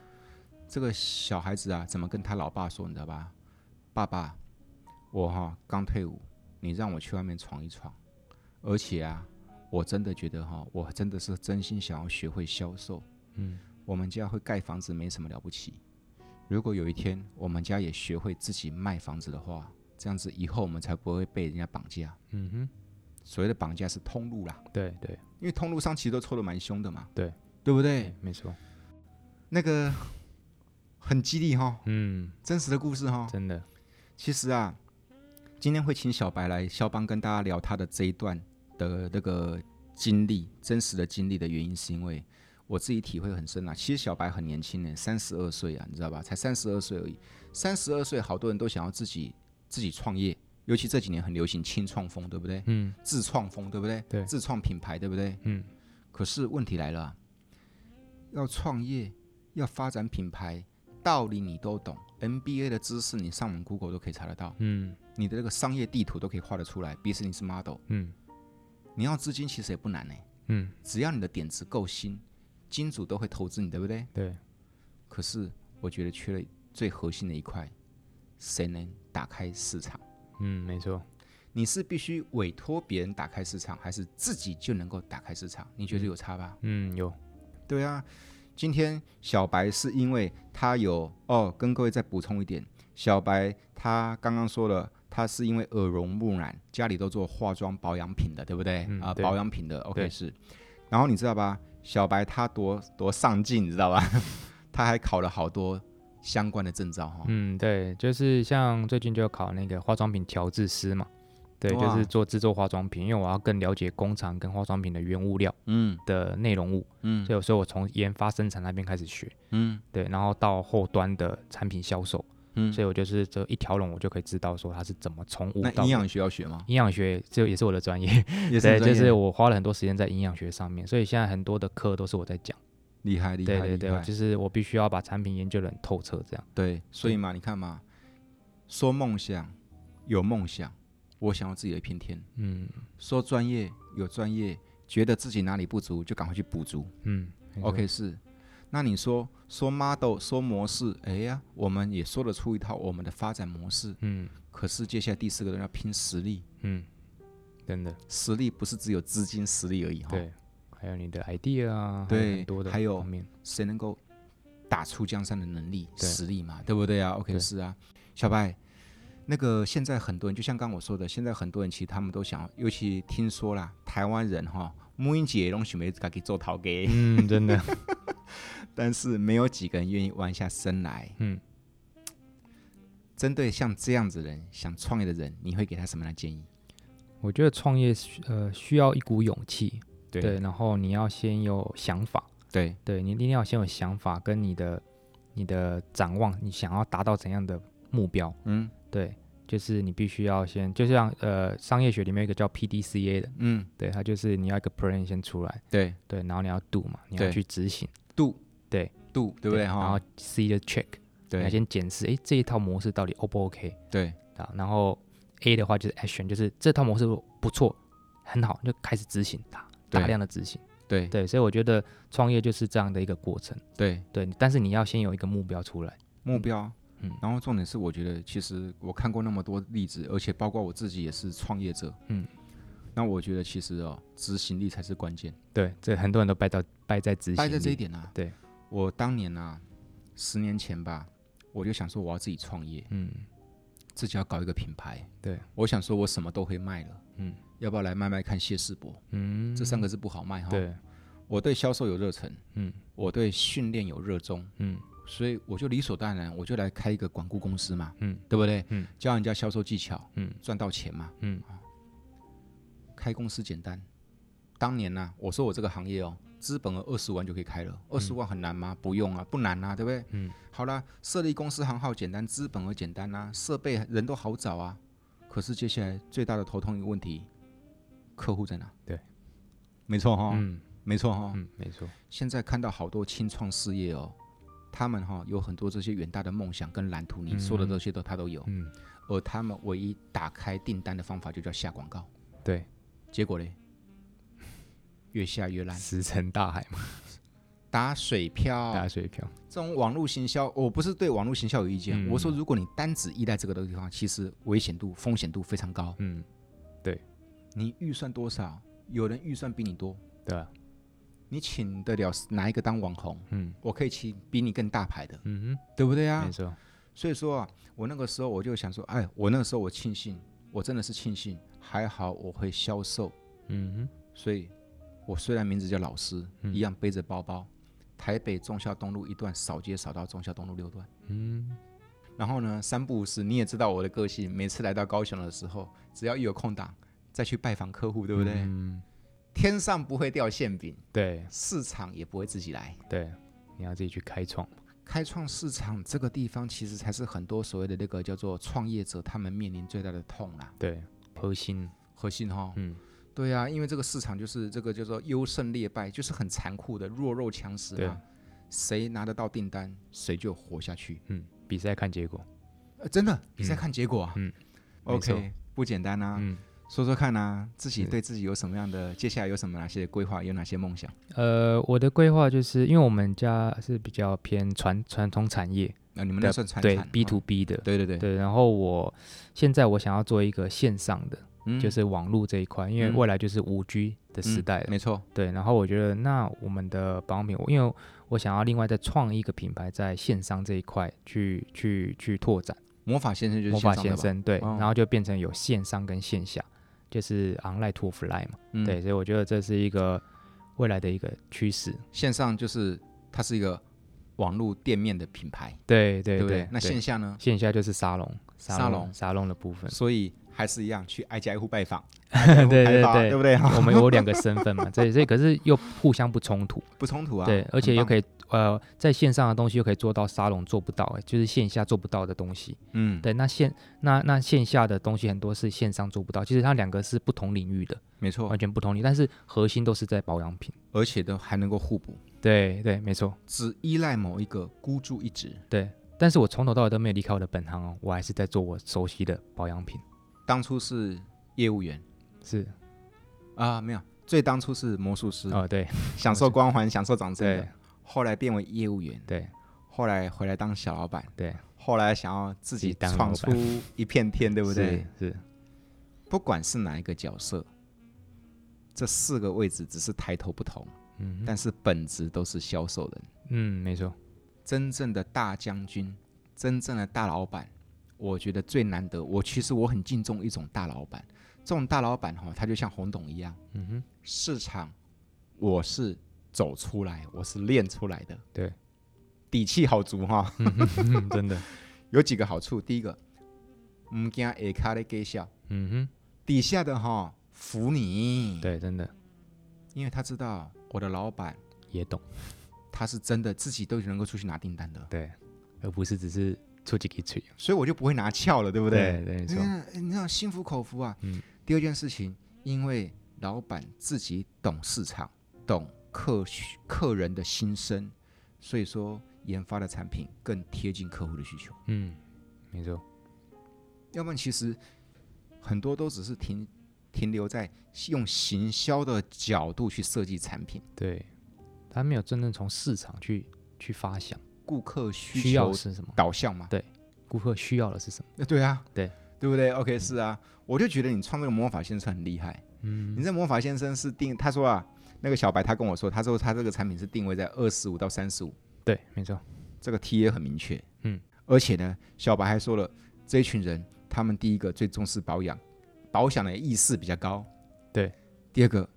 [SPEAKER 1] 这个小孩子啊，怎么跟他老爸说，你知道吧？爸爸，我哈、刚退伍，你让我去外面闯一闯，而且啊，我真的觉得哈、我真的是真心想要学会销售。
[SPEAKER 2] 嗯，
[SPEAKER 1] 我们家会盖房子没什么了不起，如果有一天我们家也学会自己卖房子的话，这样子以后我们才不会被人家绑架。
[SPEAKER 2] 嗯
[SPEAKER 1] 所谓的绑架是通路啦，
[SPEAKER 2] 哼，对对
[SPEAKER 1] 因为通路上其实都抽的蛮凶的嘛，
[SPEAKER 2] 对
[SPEAKER 1] 对不对？
[SPEAKER 2] 对，没错，
[SPEAKER 1] 那个很激励哈、
[SPEAKER 2] 嗯，
[SPEAKER 1] 真实的故事哈、
[SPEAKER 2] 真的，
[SPEAKER 1] 其实啊，今天会请小白来肖邦跟大家聊他的这一段的那个经历，真实的经历的原因，是因为我自己体会很深啊。其实小白很年轻呢，三十二岁啊，你知道吧？才三十二岁而已。三十二岁，好多人都想要自己自己创业，尤其这几年很流行轻创风，对不对？
[SPEAKER 2] 嗯
[SPEAKER 1] 自创风，对不对？
[SPEAKER 2] 对
[SPEAKER 1] 自创品牌，对不对？
[SPEAKER 2] 嗯。
[SPEAKER 1] 可是问题来了啊、要创业，要发展品牌，道理你都懂，NBA 的知识你上网 Google 都可以查得到。
[SPEAKER 2] 嗯
[SPEAKER 1] 你的那个商业地图都可以画得出来，business model。
[SPEAKER 2] 嗯
[SPEAKER 1] 你要资金其实也不难呢、欸
[SPEAKER 2] 嗯，
[SPEAKER 1] 只要你的点子够新，金主都会投资你，对不对？
[SPEAKER 2] 对，
[SPEAKER 1] 可是我觉得缺了最核心的一块，谁能打开市场？
[SPEAKER 2] 嗯，没错，
[SPEAKER 1] 你是必须委托别人打开市场，还是自己就能够打开市场？你觉得有差吧？
[SPEAKER 2] 嗯，有，
[SPEAKER 1] 对啊，今天小白是因为他有哦，跟各位再补充一点，小白他刚刚说了，他是因为耳濡目染，家里都做化妆保养品的，对不对？啊、
[SPEAKER 2] 嗯对
[SPEAKER 1] 保养品的 OK
[SPEAKER 2] 对
[SPEAKER 1] 是。然后你知道吧，小白他多多上进，你知道吧？ 他还考了好多相关的证照哈、
[SPEAKER 2] 嗯，对，就是像最近就考那个化妆品调制师嘛，对，就
[SPEAKER 1] 哇
[SPEAKER 2] 是做制作化妆品，因为我要更了解工厂跟化妆品的原物料
[SPEAKER 1] 嗯
[SPEAKER 2] 的内容物，
[SPEAKER 1] 嗯
[SPEAKER 2] 所以所以我从研发生产那边开始学，
[SPEAKER 1] 嗯
[SPEAKER 2] 对，然后到后端的产品销售，
[SPEAKER 1] 嗯
[SPEAKER 2] 所以我就是这一条龙，我就可以知道说它是怎么从无
[SPEAKER 1] 那
[SPEAKER 2] 到
[SPEAKER 1] 营
[SPEAKER 2] 有
[SPEAKER 1] 养学要学吗？
[SPEAKER 2] 营养学这也是我的专业，
[SPEAKER 1] 也
[SPEAKER 2] 对，
[SPEAKER 1] 是
[SPEAKER 2] 就
[SPEAKER 1] 专业
[SPEAKER 2] 是我花了很多时间在营养学上面，所以现在很多的课都是我在讲。
[SPEAKER 1] 厉害厉害
[SPEAKER 2] 对
[SPEAKER 1] 厉害
[SPEAKER 2] 对对，就是我必须要把产品研究的很透彻，这样。
[SPEAKER 1] 对，所以嘛，你看嘛，说梦想有梦想，我想要自己的一片天；
[SPEAKER 2] 嗯
[SPEAKER 1] 说专业有专业，觉得自己哪里不足就赶快去补足。
[SPEAKER 2] 嗯没错
[SPEAKER 1] OK，是。那你说说 model 说模式，哎呀，我们也说得出一套我们的发展模式。
[SPEAKER 2] 嗯
[SPEAKER 1] 可是接下来第四个人要拼实力，
[SPEAKER 2] 嗯，真的
[SPEAKER 1] 实力不是只有资金实力而已哈。
[SPEAKER 2] 对，还有你的 idea 啊，还有
[SPEAKER 1] 对
[SPEAKER 2] 很多的
[SPEAKER 1] 还有
[SPEAKER 2] 方面，
[SPEAKER 1] 谁能够打出江山的能力、
[SPEAKER 2] 对
[SPEAKER 1] 实力嘛，对不对啊？OK，
[SPEAKER 2] 对
[SPEAKER 1] 是啊，小白，那个现在很多人，就像刚我说的，现在很多人其实他们都想要，尤其听说啦，台湾人哈、母婴节拢想要自己做头家，
[SPEAKER 2] 嗯，真的，
[SPEAKER 1] 但是没有几个人愿意弯下身来。
[SPEAKER 2] 嗯，
[SPEAKER 1] 针对像这样子的人想创业的人，你会给他什么样的建议？
[SPEAKER 2] 我觉得创业需呃需要一股勇气，
[SPEAKER 1] 对
[SPEAKER 2] 对，然后你要先有想法，
[SPEAKER 1] 对
[SPEAKER 2] 对你一定要先有想法跟你的你的展望，你想要达到怎样的目标，
[SPEAKER 1] 嗯
[SPEAKER 2] 对，就是你必须要先，就像呃商业学里面有一个叫 PDCA 的，
[SPEAKER 1] 嗯，
[SPEAKER 2] 对，它就是你要一个 plan 先出来，
[SPEAKER 1] 对
[SPEAKER 2] 对，然后你要 do 嘛，你
[SPEAKER 1] 对
[SPEAKER 2] 要去执行，
[SPEAKER 1] 度
[SPEAKER 2] 对
[SPEAKER 1] 度对不对
[SPEAKER 2] 然后
[SPEAKER 1] 哈？
[SPEAKER 2] C 的 check，你要
[SPEAKER 1] 对
[SPEAKER 2] 先检视，哎，这一套模式到底 O 不 OK
[SPEAKER 1] 对
[SPEAKER 2] 啊？然后 A 的话就是 action，就是这套模式不错，很好，就开始执行它，
[SPEAKER 1] 对
[SPEAKER 2] 大量的执行。
[SPEAKER 1] 对
[SPEAKER 2] 对，所以我觉得创业就是这样的一个过程。
[SPEAKER 1] 对，
[SPEAKER 2] 对，但是你要先有一个目标出来。
[SPEAKER 1] 目标。
[SPEAKER 2] 嗯
[SPEAKER 1] 然后重点是，我觉得其实我看过那么多例子，而且包括我自己也是创业者。
[SPEAKER 2] 嗯，
[SPEAKER 1] 那我觉得其实哦，执行力才是关键，
[SPEAKER 2] 对，这很多人都败到败在执行，
[SPEAKER 1] 败在这一。点啊。
[SPEAKER 2] 对，
[SPEAKER 1] 我当年啊，十年前吧，我就想说我要自己创业，
[SPEAKER 2] 嗯
[SPEAKER 1] 自己要搞一个品牌。
[SPEAKER 2] 对，
[SPEAKER 1] 我想说我什么都会卖了，
[SPEAKER 2] 嗯
[SPEAKER 1] 要不要来卖卖看谢世博？
[SPEAKER 2] 嗯，
[SPEAKER 1] 这哦三个字不好卖哈。，
[SPEAKER 2] 对，
[SPEAKER 1] 我对销售有热忱，
[SPEAKER 2] 嗯
[SPEAKER 1] 我对训练有热衷，
[SPEAKER 2] 嗯
[SPEAKER 1] 所以我就理所当然，我就来开一个管顾公司嘛，
[SPEAKER 2] 嗯，
[SPEAKER 1] 对不对？
[SPEAKER 2] 嗯，
[SPEAKER 1] 教人家销售技巧，
[SPEAKER 2] 嗯，
[SPEAKER 1] 赚到钱嘛，
[SPEAKER 2] 嗯
[SPEAKER 1] 啊，开公司简单。当年呢、我说我这个行业哦，资本额二十万就可以开了，二十万很难吗？不用啊，不难啊，对不对？
[SPEAKER 2] 嗯，
[SPEAKER 1] 好啦，设立公司行号简单，资本额简单啊，设备人都好找啊。可是接下来最大的头痛一个问题，客户在哪？
[SPEAKER 2] 对，
[SPEAKER 1] 没错哈、
[SPEAKER 2] 嗯
[SPEAKER 1] 没错哈、
[SPEAKER 2] 嗯，没错，
[SPEAKER 1] 现在看到好多清创事业哦，他们哈、有很多这些远大的梦想跟蓝图，你说的这些都他都有，
[SPEAKER 2] 嗯，
[SPEAKER 1] 而他们唯一打开订单的方法就叫下广告，
[SPEAKER 2] 对，
[SPEAKER 1] 结果嘞，越下越烂，
[SPEAKER 2] 石沉大海嘛，
[SPEAKER 1] 打水漂。
[SPEAKER 2] 打水漂，
[SPEAKER 1] 这种网络行销，我不是对网络行销有意见，
[SPEAKER 2] 嗯
[SPEAKER 1] 我说如果你单只依赖这个的地方，其实危险度、风险度非常高。
[SPEAKER 2] 嗯，
[SPEAKER 1] 你预算多少？有人预算比你多，
[SPEAKER 2] 对啊，
[SPEAKER 1] 你请得了哪一个当网红？
[SPEAKER 2] 嗯
[SPEAKER 1] 我可以请比你更大牌的，
[SPEAKER 2] 嗯
[SPEAKER 1] 对不对
[SPEAKER 2] 哼，
[SPEAKER 1] 啊
[SPEAKER 2] 没？错，
[SPEAKER 1] 所以说啊，我那个时候我就想说，哎，我那个时候我庆幸，我真的是庆幸，还好我会销售，
[SPEAKER 2] 嗯
[SPEAKER 1] 所以我虽然名字叫老师，
[SPEAKER 2] 嗯
[SPEAKER 1] 一样背着包包，台北忠孝东路一段扫街扫到忠孝东路六段。
[SPEAKER 2] 哼，嗯，
[SPEAKER 1] 然后呢，三不五时，你也知道我的个性，每次来到高雄的时候，只要一有空档，再去拜访客户，对不对？
[SPEAKER 2] 嗯，
[SPEAKER 1] 天上不会掉馅饼，
[SPEAKER 2] 对
[SPEAKER 1] 市场也不会自己来。
[SPEAKER 2] 对，你要自己去开创，
[SPEAKER 1] 开创市场这个地方，其实才是很多所谓的那个叫做创业者他们面临最大的痛啦。
[SPEAKER 2] 对，核心，
[SPEAKER 1] 核心哈、
[SPEAKER 2] 嗯，
[SPEAKER 1] 对啊，因为这个市场就是这个叫做优胜劣败，就是很残酷的弱肉强食
[SPEAKER 2] 对
[SPEAKER 1] 啊。谁拿得到订单，谁就活下去。
[SPEAKER 2] 嗯，比赛看结果，
[SPEAKER 1] 呃，真的，你在看结果啊。
[SPEAKER 2] 嗯没错
[SPEAKER 1] OK，不简单啊。
[SPEAKER 2] 嗯。
[SPEAKER 1] 说说看啊，自己
[SPEAKER 2] 是
[SPEAKER 1] 对自己有什么样的，接下来有什么哪些规划，有哪些梦想？
[SPEAKER 2] 呃，我的规划就是，因为我们家是比较偏传传统产业，
[SPEAKER 1] 那、啊你们
[SPEAKER 2] 对
[SPEAKER 1] 那算传
[SPEAKER 2] 对
[SPEAKER 1] 产
[SPEAKER 2] B
[SPEAKER 1] 哦
[SPEAKER 2] to B 的，
[SPEAKER 1] 对对对，
[SPEAKER 2] 对。然后我现在我想要做一个线上的，
[SPEAKER 1] 嗯
[SPEAKER 2] 就是网络这一块，因为
[SPEAKER 1] 嗯
[SPEAKER 2] 未来就是五 G 的时
[SPEAKER 1] 嗯
[SPEAKER 2] 代了，
[SPEAKER 1] 没错，
[SPEAKER 2] 对。然后我觉得，那我们的保养品，我因为我想要另外再创一个品牌，在线上这一块去去去拓展。
[SPEAKER 1] 魔法先生就是
[SPEAKER 2] 魔法
[SPEAKER 1] 线上的吧，
[SPEAKER 2] 先生，对，
[SPEAKER 1] 哦
[SPEAKER 2] 然后就变成有线上跟线下，就是 online to offline 嘛，
[SPEAKER 1] 嗯
[SPEAKER 2] 对。，所以我觉得这是一个未来的一个趋势，
[SPEAKER 1] 线上就是它是一个网络店面的品牌，
[SPEAKER 2] 对对
[SPEAKER 1] 不
[SPEAKER 2] 对。
[SPEAKER 1] 那线下呢？
[SPEAKER 2] 线下就是沙龙，
[SPEAKER 1] 沙龙
[SPEAKER 2] 龙，沙龙的部分。
[SPEAKER 1] 所以还是一样去挨家挨户拜 访，挨家挨户
[SPEAKER 2] 对对
[SPEAKER 1] 开发
[SPEAKER 2] 对
[SPEAKER 1] 对不对？
[SPEAKER 2] 我们有两个身份嘛，这这可是又互相不冲突，
[SPEAKER 1] 不冲突啊，
[SPEAKER 2] 对，而且又
[SPEAKER 1] 很棒
[SPEAKER 2] 可以呃，在线上的东西又可以做到沙龙做不到，哎就是线下做不到的东西。
[SPEAKER 1] 嗯，
[SPEAKER 2] 对，那线那那线下的东西很多是线上做不到，其实它两个是不同领域的，
[SPEAKER 1] 没错
[SPEAKER 2] 完，全不同领域，但是核心都是在保养品。
[SPEAKER 1] 而且都还能够互补，
[SPEAKER 2] 对对，没错，
[SPEAKER 1] 只依赖某一个孤注一掷。
[SPEAKER 2] 对。但是我从头到尾都没有离开我的本行哦，我还是在做我熟悉的保养品，
[SPEAKER 1] 当初是业务员
[SPEAKER 2] 是
[SPEAKER 1] 啊，没有，最当初是魔术师，
[SPEAKER 2] 哦，对
[SPEAKER 1] 享受光环，享受掌声
[SPEAKER 2] 对
[SPEAKER 1] 的。后来变为业务员，
[SPEAKER 2] 对
[SPEAKER 1] 后来回来当小老板，
[SPEAKER 2] 对，
[SPEAKER 1] 后来想要自
[SPEAKER 2] 自己
[SPEAKER 1] 己
[SPEAKER 2] 当
[SPEAKER 1] 闯
[SPEAKER 2] 老
[SPEAKER 1] 出
[SPEAKER 2] 板
[SPEAKER 1] 一片天，对
[SPEAKER 2] 对
[SPEAKER 1] 不对？？
[SPEAKER 2] 是
[SPEAKER 1] 不管是哪一个角色，这四个位置只是抬头不同，
[SPEAKER 2] 嗯哼
[SPEAKER 1] 但是本质都是销售人。
[SPEAKER 2] 嗯，没 错，
[SPEAKER 1] 真正的大将军，真正的大老板，我觉得最难得。我其实我很敬重一种大老板，这种大老板哈、他就像洪董一样，
[SPEAKER 2] 嗯哼，
[SPEAKER 1] 市场我是走出来，我是练出来的，
[SPEAKER 2] 对，
[SPEAKER 1] 底气好足哈、
[SPEAKER 2] 嗯，真的，
[SPEAKER 1] 有几个好处，第一个，唔惊下卡咧给笑，
[SPEAKER 2] 嗯
[SPEAKER 1] 底下的哈、服你
[SPEAKER 2] 哼，，对，真的
[SPEAKER 1] 因为他知道我的老板
[SPEAKER 2] 也懂，
[SPEAKER 1] 他是真的自己都能够出去拿订单的，
[SPEAKER 2] 对，而不是只是出几个嘴，
[SPEAKER 1] 所以我就不会拿翘了，对不对？嗯
[SPEAKER 2] 对对，没
[SPEAKER 1] 你
[SPEAKER 2] 错，
[SPEAKER 1] 看，你知道心服口服啊。
[SPEAKER 2] 嗯
[SPEAKER 1] 第二件事情，因为老板自己懂市场，懂客需客人的心声，所以说研发的产品更贴近客户的需求。
[SPEAKER 2] 嗯，没错，
[SPEAKER 1] 要不然其实很多都只是停停留在用行销的角度去设计产品，
[SPEAKER 2] 对，他没有真正从市场去去发想
[SPEAKER 1] 顾客需
[SPEAKER 2] 需要
[SPEAKER 1] 求
[SPEAKER 2] 是什么，
[SPEAKER 1] 导向嘛。
[SPEAKER 2] 顾客需要的是什么，
[SPEAKER 1] 那对啊，
[SPEAKER 2] 对
[SPEAKER 1] 对不对？OK，是啊，我就觉得你创这个魔法先生很厉害。
[SPEAKER 2] 嗯
[SPEAKER 1] 你这魔法先生是定，他说啊，那个小白他跟我说，他说他这个产品是定位在二十五到三十五，
[SPEAKER 2] 对，没错，
[SPEAKER 1] 这个 T 也很明确，
[SPEAKER 2] 嗯，
[SPEAKER 1] 而且呢，小白还说了，这一群人他们第一个最重视保养，保养的意识比较高，
[SPEAKER 2] 对，
[SPEAKER 1] 第二个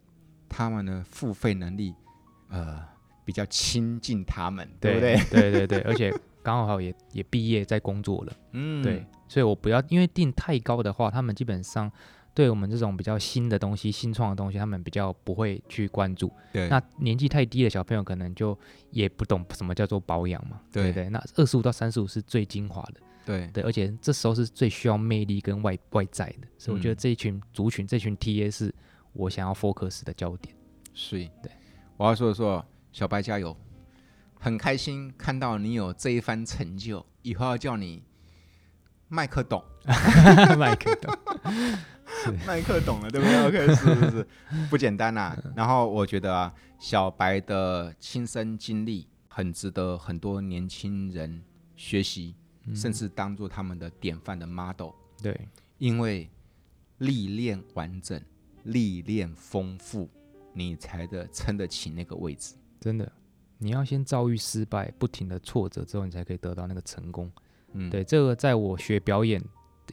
[SPEAKER 1] 他们呢付费能力，呃，比较亲近他们，对
[SPEAKER 2] 对
[SPEAKER 1] 不对？
[SPEAKER 2] 对对对，而且刚好也也毕业在工作了，
[SPEAKER 1] 嗯
[SPEAKER 2] 对，所以我不要因为定太高的话，他们基本上对我们这种比较新的东西、新创的东西，他们比较不会去关注。
[SPEAKER 1] 对，
[SPEAKER 2] 那年纪太低的小朋友，可能就也不懂什么叫做保养嘛，
[SPEAKER 1] 对
[SPEAKER 2] 对不对？那二十五到三十五是最精华的，
[SPEAKER 1] 对
[SPEAKER 2] 对，而且这时候是最需要魅力跟外外在的，所以我觉得
[SPEAKER 1] 嗯
[SPEAKER 2] 这一群族群、这群 TA 是我想要 focus 的焦 点。
[SPEAKER 1] 是，
[SPEAKER 2] 对，
[SPEAKER 1] 我要说的说，小白加油，很开心看到你有这一番成就，以后要叫你麦克懂，
[SPEAKER 2] 麦克懂，
[SPEAKER 1] 麦克懂了，对不 对？OK，是是是，不简单呐、然后我觉得啊，小白的亲身经历很值得很多年轻人学习，甚至当做他们的典范的 model，
[SPEAKER 2] 对，
[SPEAKER 1] 因为历练完整、历练丰富，你才得撑得起那个位置。
[SPEAKER 2] 真的，你要先遭遇失败，不停的挫折之后，你才可以得到那个成功。
[SPEAKER 1] 嗯，
[SPEAKER 2] 对，这个在我学表演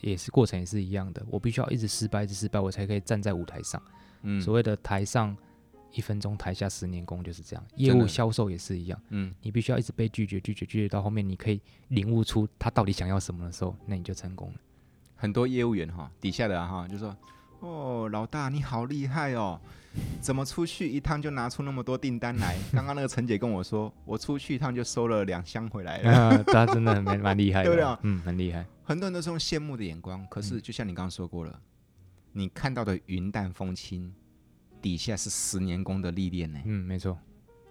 [SPEAKER 2] 也是过程也是一样的，我必须要一直失败，一直失败，我才可以站在舞台上。
[SPEAKER 1] 嗯，
[SPEAKER 2] 所谓的台上一分钟，台下十年功就是这样。业
[SPEAKER 1] 真
[SPEAKER 2] 务
[SPEAKER 1] 的
[SPEAKER 2] 销售也是一样，
[SPEAKER 1] 嗯，
[SPEAKER 2] 你必须要一直被拒绝、拒绝、拒绝，到后面你可以领悟出他到底想要什么的时候，那你就成 功了。
[SPEAKER 1] 很多业务员哈，底下的啊哈就说：“哦，老大你好厉害哦，怎么出去一趟就拿出那么多订单来？” 刚刚那个陈姐跟我说，我出去一趟就收了两箱回来了。
[SPEAKER 2] 啊，他真的很蛮蛮厉害的，
[SPEAKER 1] 对啊
[SPEAKER 2] 嗯，很厉害，
[SPEAKER 1] 很多人都是用羡慕的眼光，可
[SPEAKER 2] 嗯
[SPEAKER 1] 是就像你刚刚说过了，你看到的云淡风轻，底下是十年功的历练呢。
[SPEAKER 2] 嗯，没错，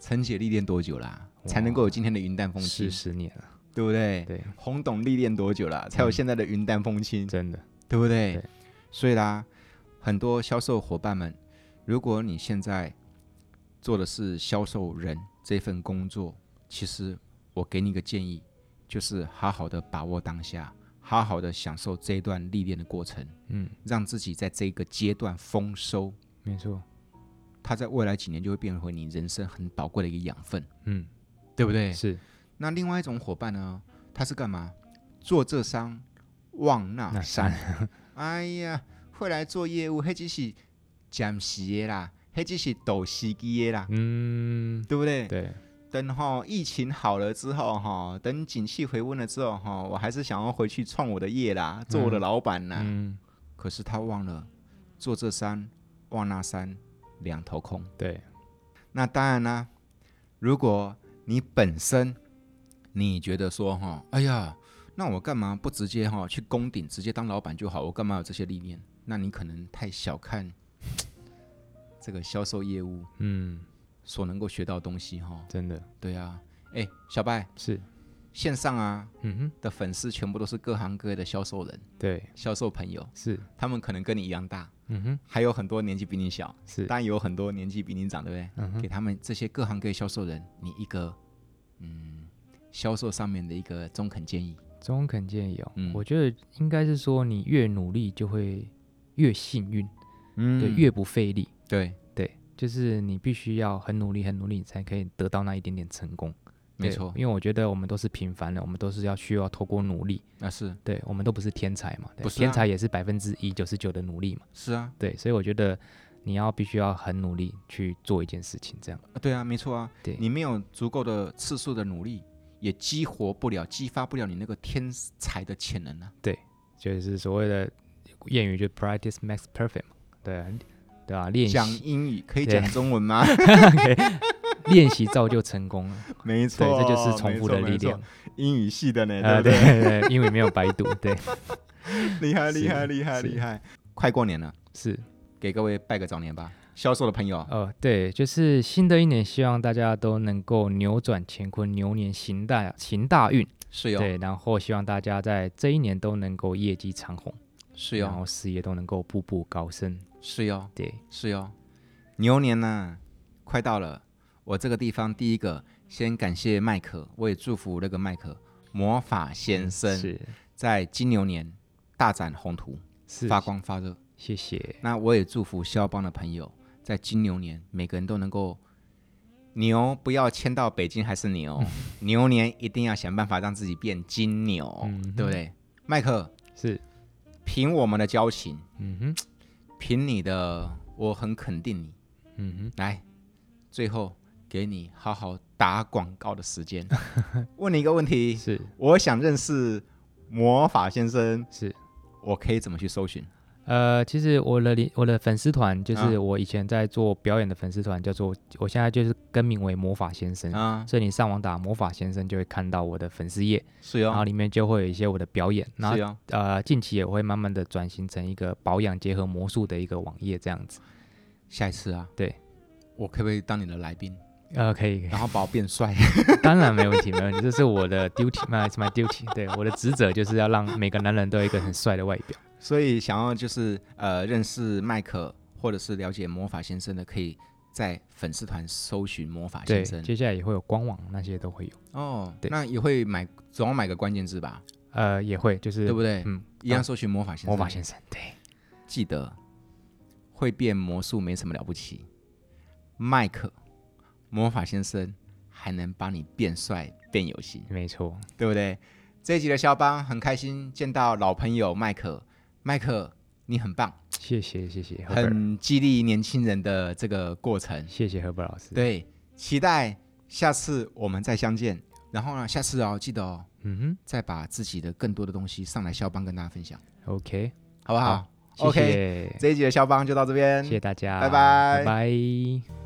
[SPEAKER 1] 陈姐历练多久啦、
[SPEAKER 2] 哇
[SPEAKER 1] 才能够有今天的云淡风轻
[SPEAKER 2] 是？十年了，
[SPEAKER 1] 对不对？
[SPEAKER 2] 对，
[SPEAKER 1] 洪董历练多久啦、才有现在的云淡风轻？
[SPEAKER 2] 嗯真的，
[SPEAKER 1] 对不对？
[SPEAKER 2] 对
[SPEAKER 1] 所以啦，很多销售伙伴们，如果你现在做的是销售人这份工作，其实我给你一个建议，就是好好的把握当下，好好的享受这一段历练的过程，
[SPEAKER 2] 嗯，
[SPEAKER 1] 让自己在这个阶段丰收，
[SPEAKER 2] 没错，
[SPEAKER 1] 它在未来几年就会变回你人生很宝贵的一个养分，
[SPEAKER 2] 嗯，
[SPEAKER 1] 对不对？
[SPEAKER 2] 是
[SPEAKER 1] 那另外一种伙伴呢，他是干嘛？做这商望那
[SPEAKER 2] 那
[SPEAKER 1] 山
[SPEAKER 2] 山。
[SPEAKER 1] 哎呀，会来做业务，迄只是暂时的啦，迄只是抖时机的啦，
[SPEAKER 2] 嗯，
[SPEAKER 1] 对不对？
[SPEAKER 2] 对，
[SPEAKER 1] 等哈、疫情好了之后哈、等景气回温了之后哈、我还是想要回去创我的业啦，做我的老板啦。
[SPEAKER 2] 嗯，
[SPEAKER 1] 可是他忘了做这山望那山，两头空。
[SPEAKER 2] 对，
[SPEAKER 1] 那当然啦、如果你本身你觉得说哈，哎呀，那我干嘛不直接哈去攻顶，直接当老板就好？我干嘛有这些历练？那你可能太小看这个销售业务
[SPEAKER 2] 嗯，
[SPEAKER 1] 所能够学到的东西哈。
[SPEAKER 2] 真的
[SPEAKER 1] 对啊，哎，小白，
[SPEAKER 2] 是，
[SPEAKER 1] 线上啊
[SPEAKER 2] 嗯
[SPEAKER 1] 的粉丝全部都是各行各业的销售人、
[SPEAKER 2] 哼，对，
[SPEAKER 1] 销售朋友，
[SPEAKER 2] 是，
[SPEAKER 1] 他们可能跟你一样大，
[SPEAKER 2] 嗯哼，
[SPEAKER 1] 还有很多年纪比你小，
[SPEAKER 2] 是，
[SPEAKER 1] 当然也有很多年纪比你长，对不对？
[SPEAKER 2] 嗯哼
[SPEAKER 1] 给，他们这些各行各业销售人，你一个嗯销售上面的一个中肯建议。
[SPEAKER 2] 中肯建议哦，
[SPEAKER 1] 嗯
[SPEAKER 2] 我觉得应该是说你越努力就会越幸运，
[SPEAKER 1] 嗯
[SPEAKER 2] 对，越不费力，
[SPEAKER 1] 对，
[SPEAKER 2] 对，就是你必须要很努力、很努力，你才可以得到那一点点成功。
[SPEAKER 1] 没
[SPEAKER 2] 对
[SPEAKER 1] 错，
[SPEAKER 2] 因为我觉得我们都是平凡人，我们都是要需要透过努力，
[SPEAKER 1] 那是
[SPEAKER 2] 对我们都不是天才嘛，对
[SPEAKER 1] 不是啊
[SPEAKER 2] 天才也是百分之一九十九的努力嘛，
[SPEAKER 1] 是啊，
[SPEAKER 2] 对，所以我觉得你要必须要很努力去做一件事情，这样
[SPEAKER 1] 啊对啊，没错啊。
[SPEAKER 2] 对
[SPEAKER 1] 你没有足够的次数的努力，也激活不了、激发不了你那个天才的潜能啊。
[SPEAKER 2] 就是所谓的谚语，就 practice makes perfect 嘛，对啊，对啊，练
[SPEAKER 1] 讲
[SPEAKER 2] 习
[SPEAKER 1] 英语可以
[SPEAKER 2] 对
[SPEAKER 1] 讲中文吗？
[SPEAKER 2] 练习造就成功了，
[SPEAKER 1] 没
[SPEAKER 2] 对，
[SPEAKER 1] 错，
[SPEAKER 2] 这就是重
[SPEAKER 1] 没
[SPEAKER 2] 复
[SPEAKER 1] 错
[SPEAKER 2] 的力。量
[SPEAKER 1] 没错。英语系的呢，对
[SPEAKER 2] 啊，
[SPEAKER 1] 不
[SPEAKER 2] 对
[SPEAKER 1] 对？
[SPEAKER 2] 对对，因为没有白读，对，
[SPEAKER 1] 厉害，厉
[SPEAKER 2] 是
[SPEAKER 1] 害，厉害，
[SPEAKER 2] 是
[SPEAKER 1] 厉害！快过年了，
[SPEAKER 2] 是，
[SPEAKER 1] 给各位拜个早年吧，销售的朋友。
[SPEAKER 2] 呃，对，就是新的一年，希望大家都能够扭转乾坤，牛年行大行大运，
[SPEAKER 1] 是哟，
[SPEAKER 2] 对，然后希望大家在这一年都能够业绩长虹，
[SPEAKER 1] 是
[SPEAKER 2] 然
[SPEAKER 1] 哟，
[SPEAKER 2] 后事业都能够步步高升，
[SPEAKER 1] 是哟。
[SPEAKER 2] 对，
[SPEAKER 1] 是哟、牛年呐、快到了。我这个地方第一个先感谢麦克，我也祝福那个麦克魔法先生
[SPEAKER 2] 是
[SPEAKER 1] 在金牛年大展宏图，
[SPEAKER 2] 是
[SPEAKER 1] 发，光发热。
[SPEAKER 2] 谢谢，
[SPEAKER 1] 那我也祝福肖邦的朋友在金牛年每个人都能够牛，不要迁到北京还是 牛，牛年一定要想办法让自己变金牛，
[SPEAKER 2] 嗯哼
[SPEAKER 1] 对不对？麦克，
[SPEAKER 2] 是，
[SPEAKER 1] 凭我们的交情，
[SPEAKER 2] 嗯
[SPEAKER 1] 凭你的，我很肯定你。
[SPEAKER 2] 哼，嗯哼，
[SPEAKER 1] 来，最后给你好好打广告的时间。 问你一个问题，
[SPEAKER 2] 是
[SPEAKER 1] 我想认识魔法先生，
[SPEAKER 2] 是。
[SPEAKER 1] 我可以怎么去搜寻？
[SPEAKER 2] 呃，其实我的里我的粉丝团就
[SPEAKER 1] 啊
[SPEAKER 2] 是我以前在做表演的粉丝团，叫做我现在就是更名为魔法先生，
[SPEAKER 1] 啊，
[SPEAKER 2] 所以你上网打魔法先生就会看到我的粉丝页，
[SPEAKER 1] 是
[SPEAKER 2] 然后
[SPEAKER 1] 哟，
[SPEAKER 2] 里面就会有一些我的表演，然后
[SPEAKER 1] 是哦哟。
[SPEAKER 2] 呃近期也会慢慢的转型成一个保养结合魔术的一个网页这样子。
[SPEAKER 1] 下一次啊，
[SPEAKER 2] 对，
[SPEAKER 1] 我可不可以当你的来 宾，
[SPEAKER 2] 呃，可以，可以
[SPEAKER 1] 然后把我变帅？
[SPEAKER 2] 当然没问题，没问题，这是我的 duty，my my duty，对我的职责就是要让每个男人都有一个很帅的外表。
[SPEAKER 1] 所以想要就是呃认识麦克或者是了解魔法先生的，可以在粉丝团搜寻魔法先
[SPEAKER 2] 对，
[SPEAKER 1] 生
[SPEAKER 2] 接下来也会有官网，那些都会有，
[SPEAKER 1] 哦。
[SPEAKER 2] 对
[SPEAKER 1] 那也会买，总要买个关键字吧，
[SPEAKER 2] 呃，也会就是
[SPEAKER 1] 对不对？
[SPEAKER 2] 嗯，
[SPEAKER 1] 一样搜寻魔法先生，
[SPEAKER 2] 魔法先生，对。
[SPEAKER 1] 记得会变魔术没什么了不起，麦克魔法先生还能帮你变帅变有型。
[SPEAKER 2] 没错，
[SPEAKER 1] 对不对？这一集的肖邦很开心见到老朋友麦克，麦克你很棒，
[SPEAKER 2] 谢谢谢谢何本，
[SPEAKER 1] 很激励年轻人的这个过程。
[SPEAKER 2] 谢谢何本老师。，
[SPEAKER 1] 对，期待下次我们再相见。然后呢，下次哦，记得哦，
[SPEAKER 2] 嗯
[SPEAKER 1] 再把自己的更多的东西上来肖邦跟大家分享，
[SPEAKER 2] 哼，OK，
[SPEAKER 1] 好不好
[SPEAKER 2] 好谢
[SPEAKER 1] OK
[SPEAKER 2] 谢
[SPEAKER 1] 这一集的肖邦就到这边，
[SPEAKER 2] 谢谢大家，
[SPEAKER 1] 拜拜
[SPEAKER 2] 拜拜。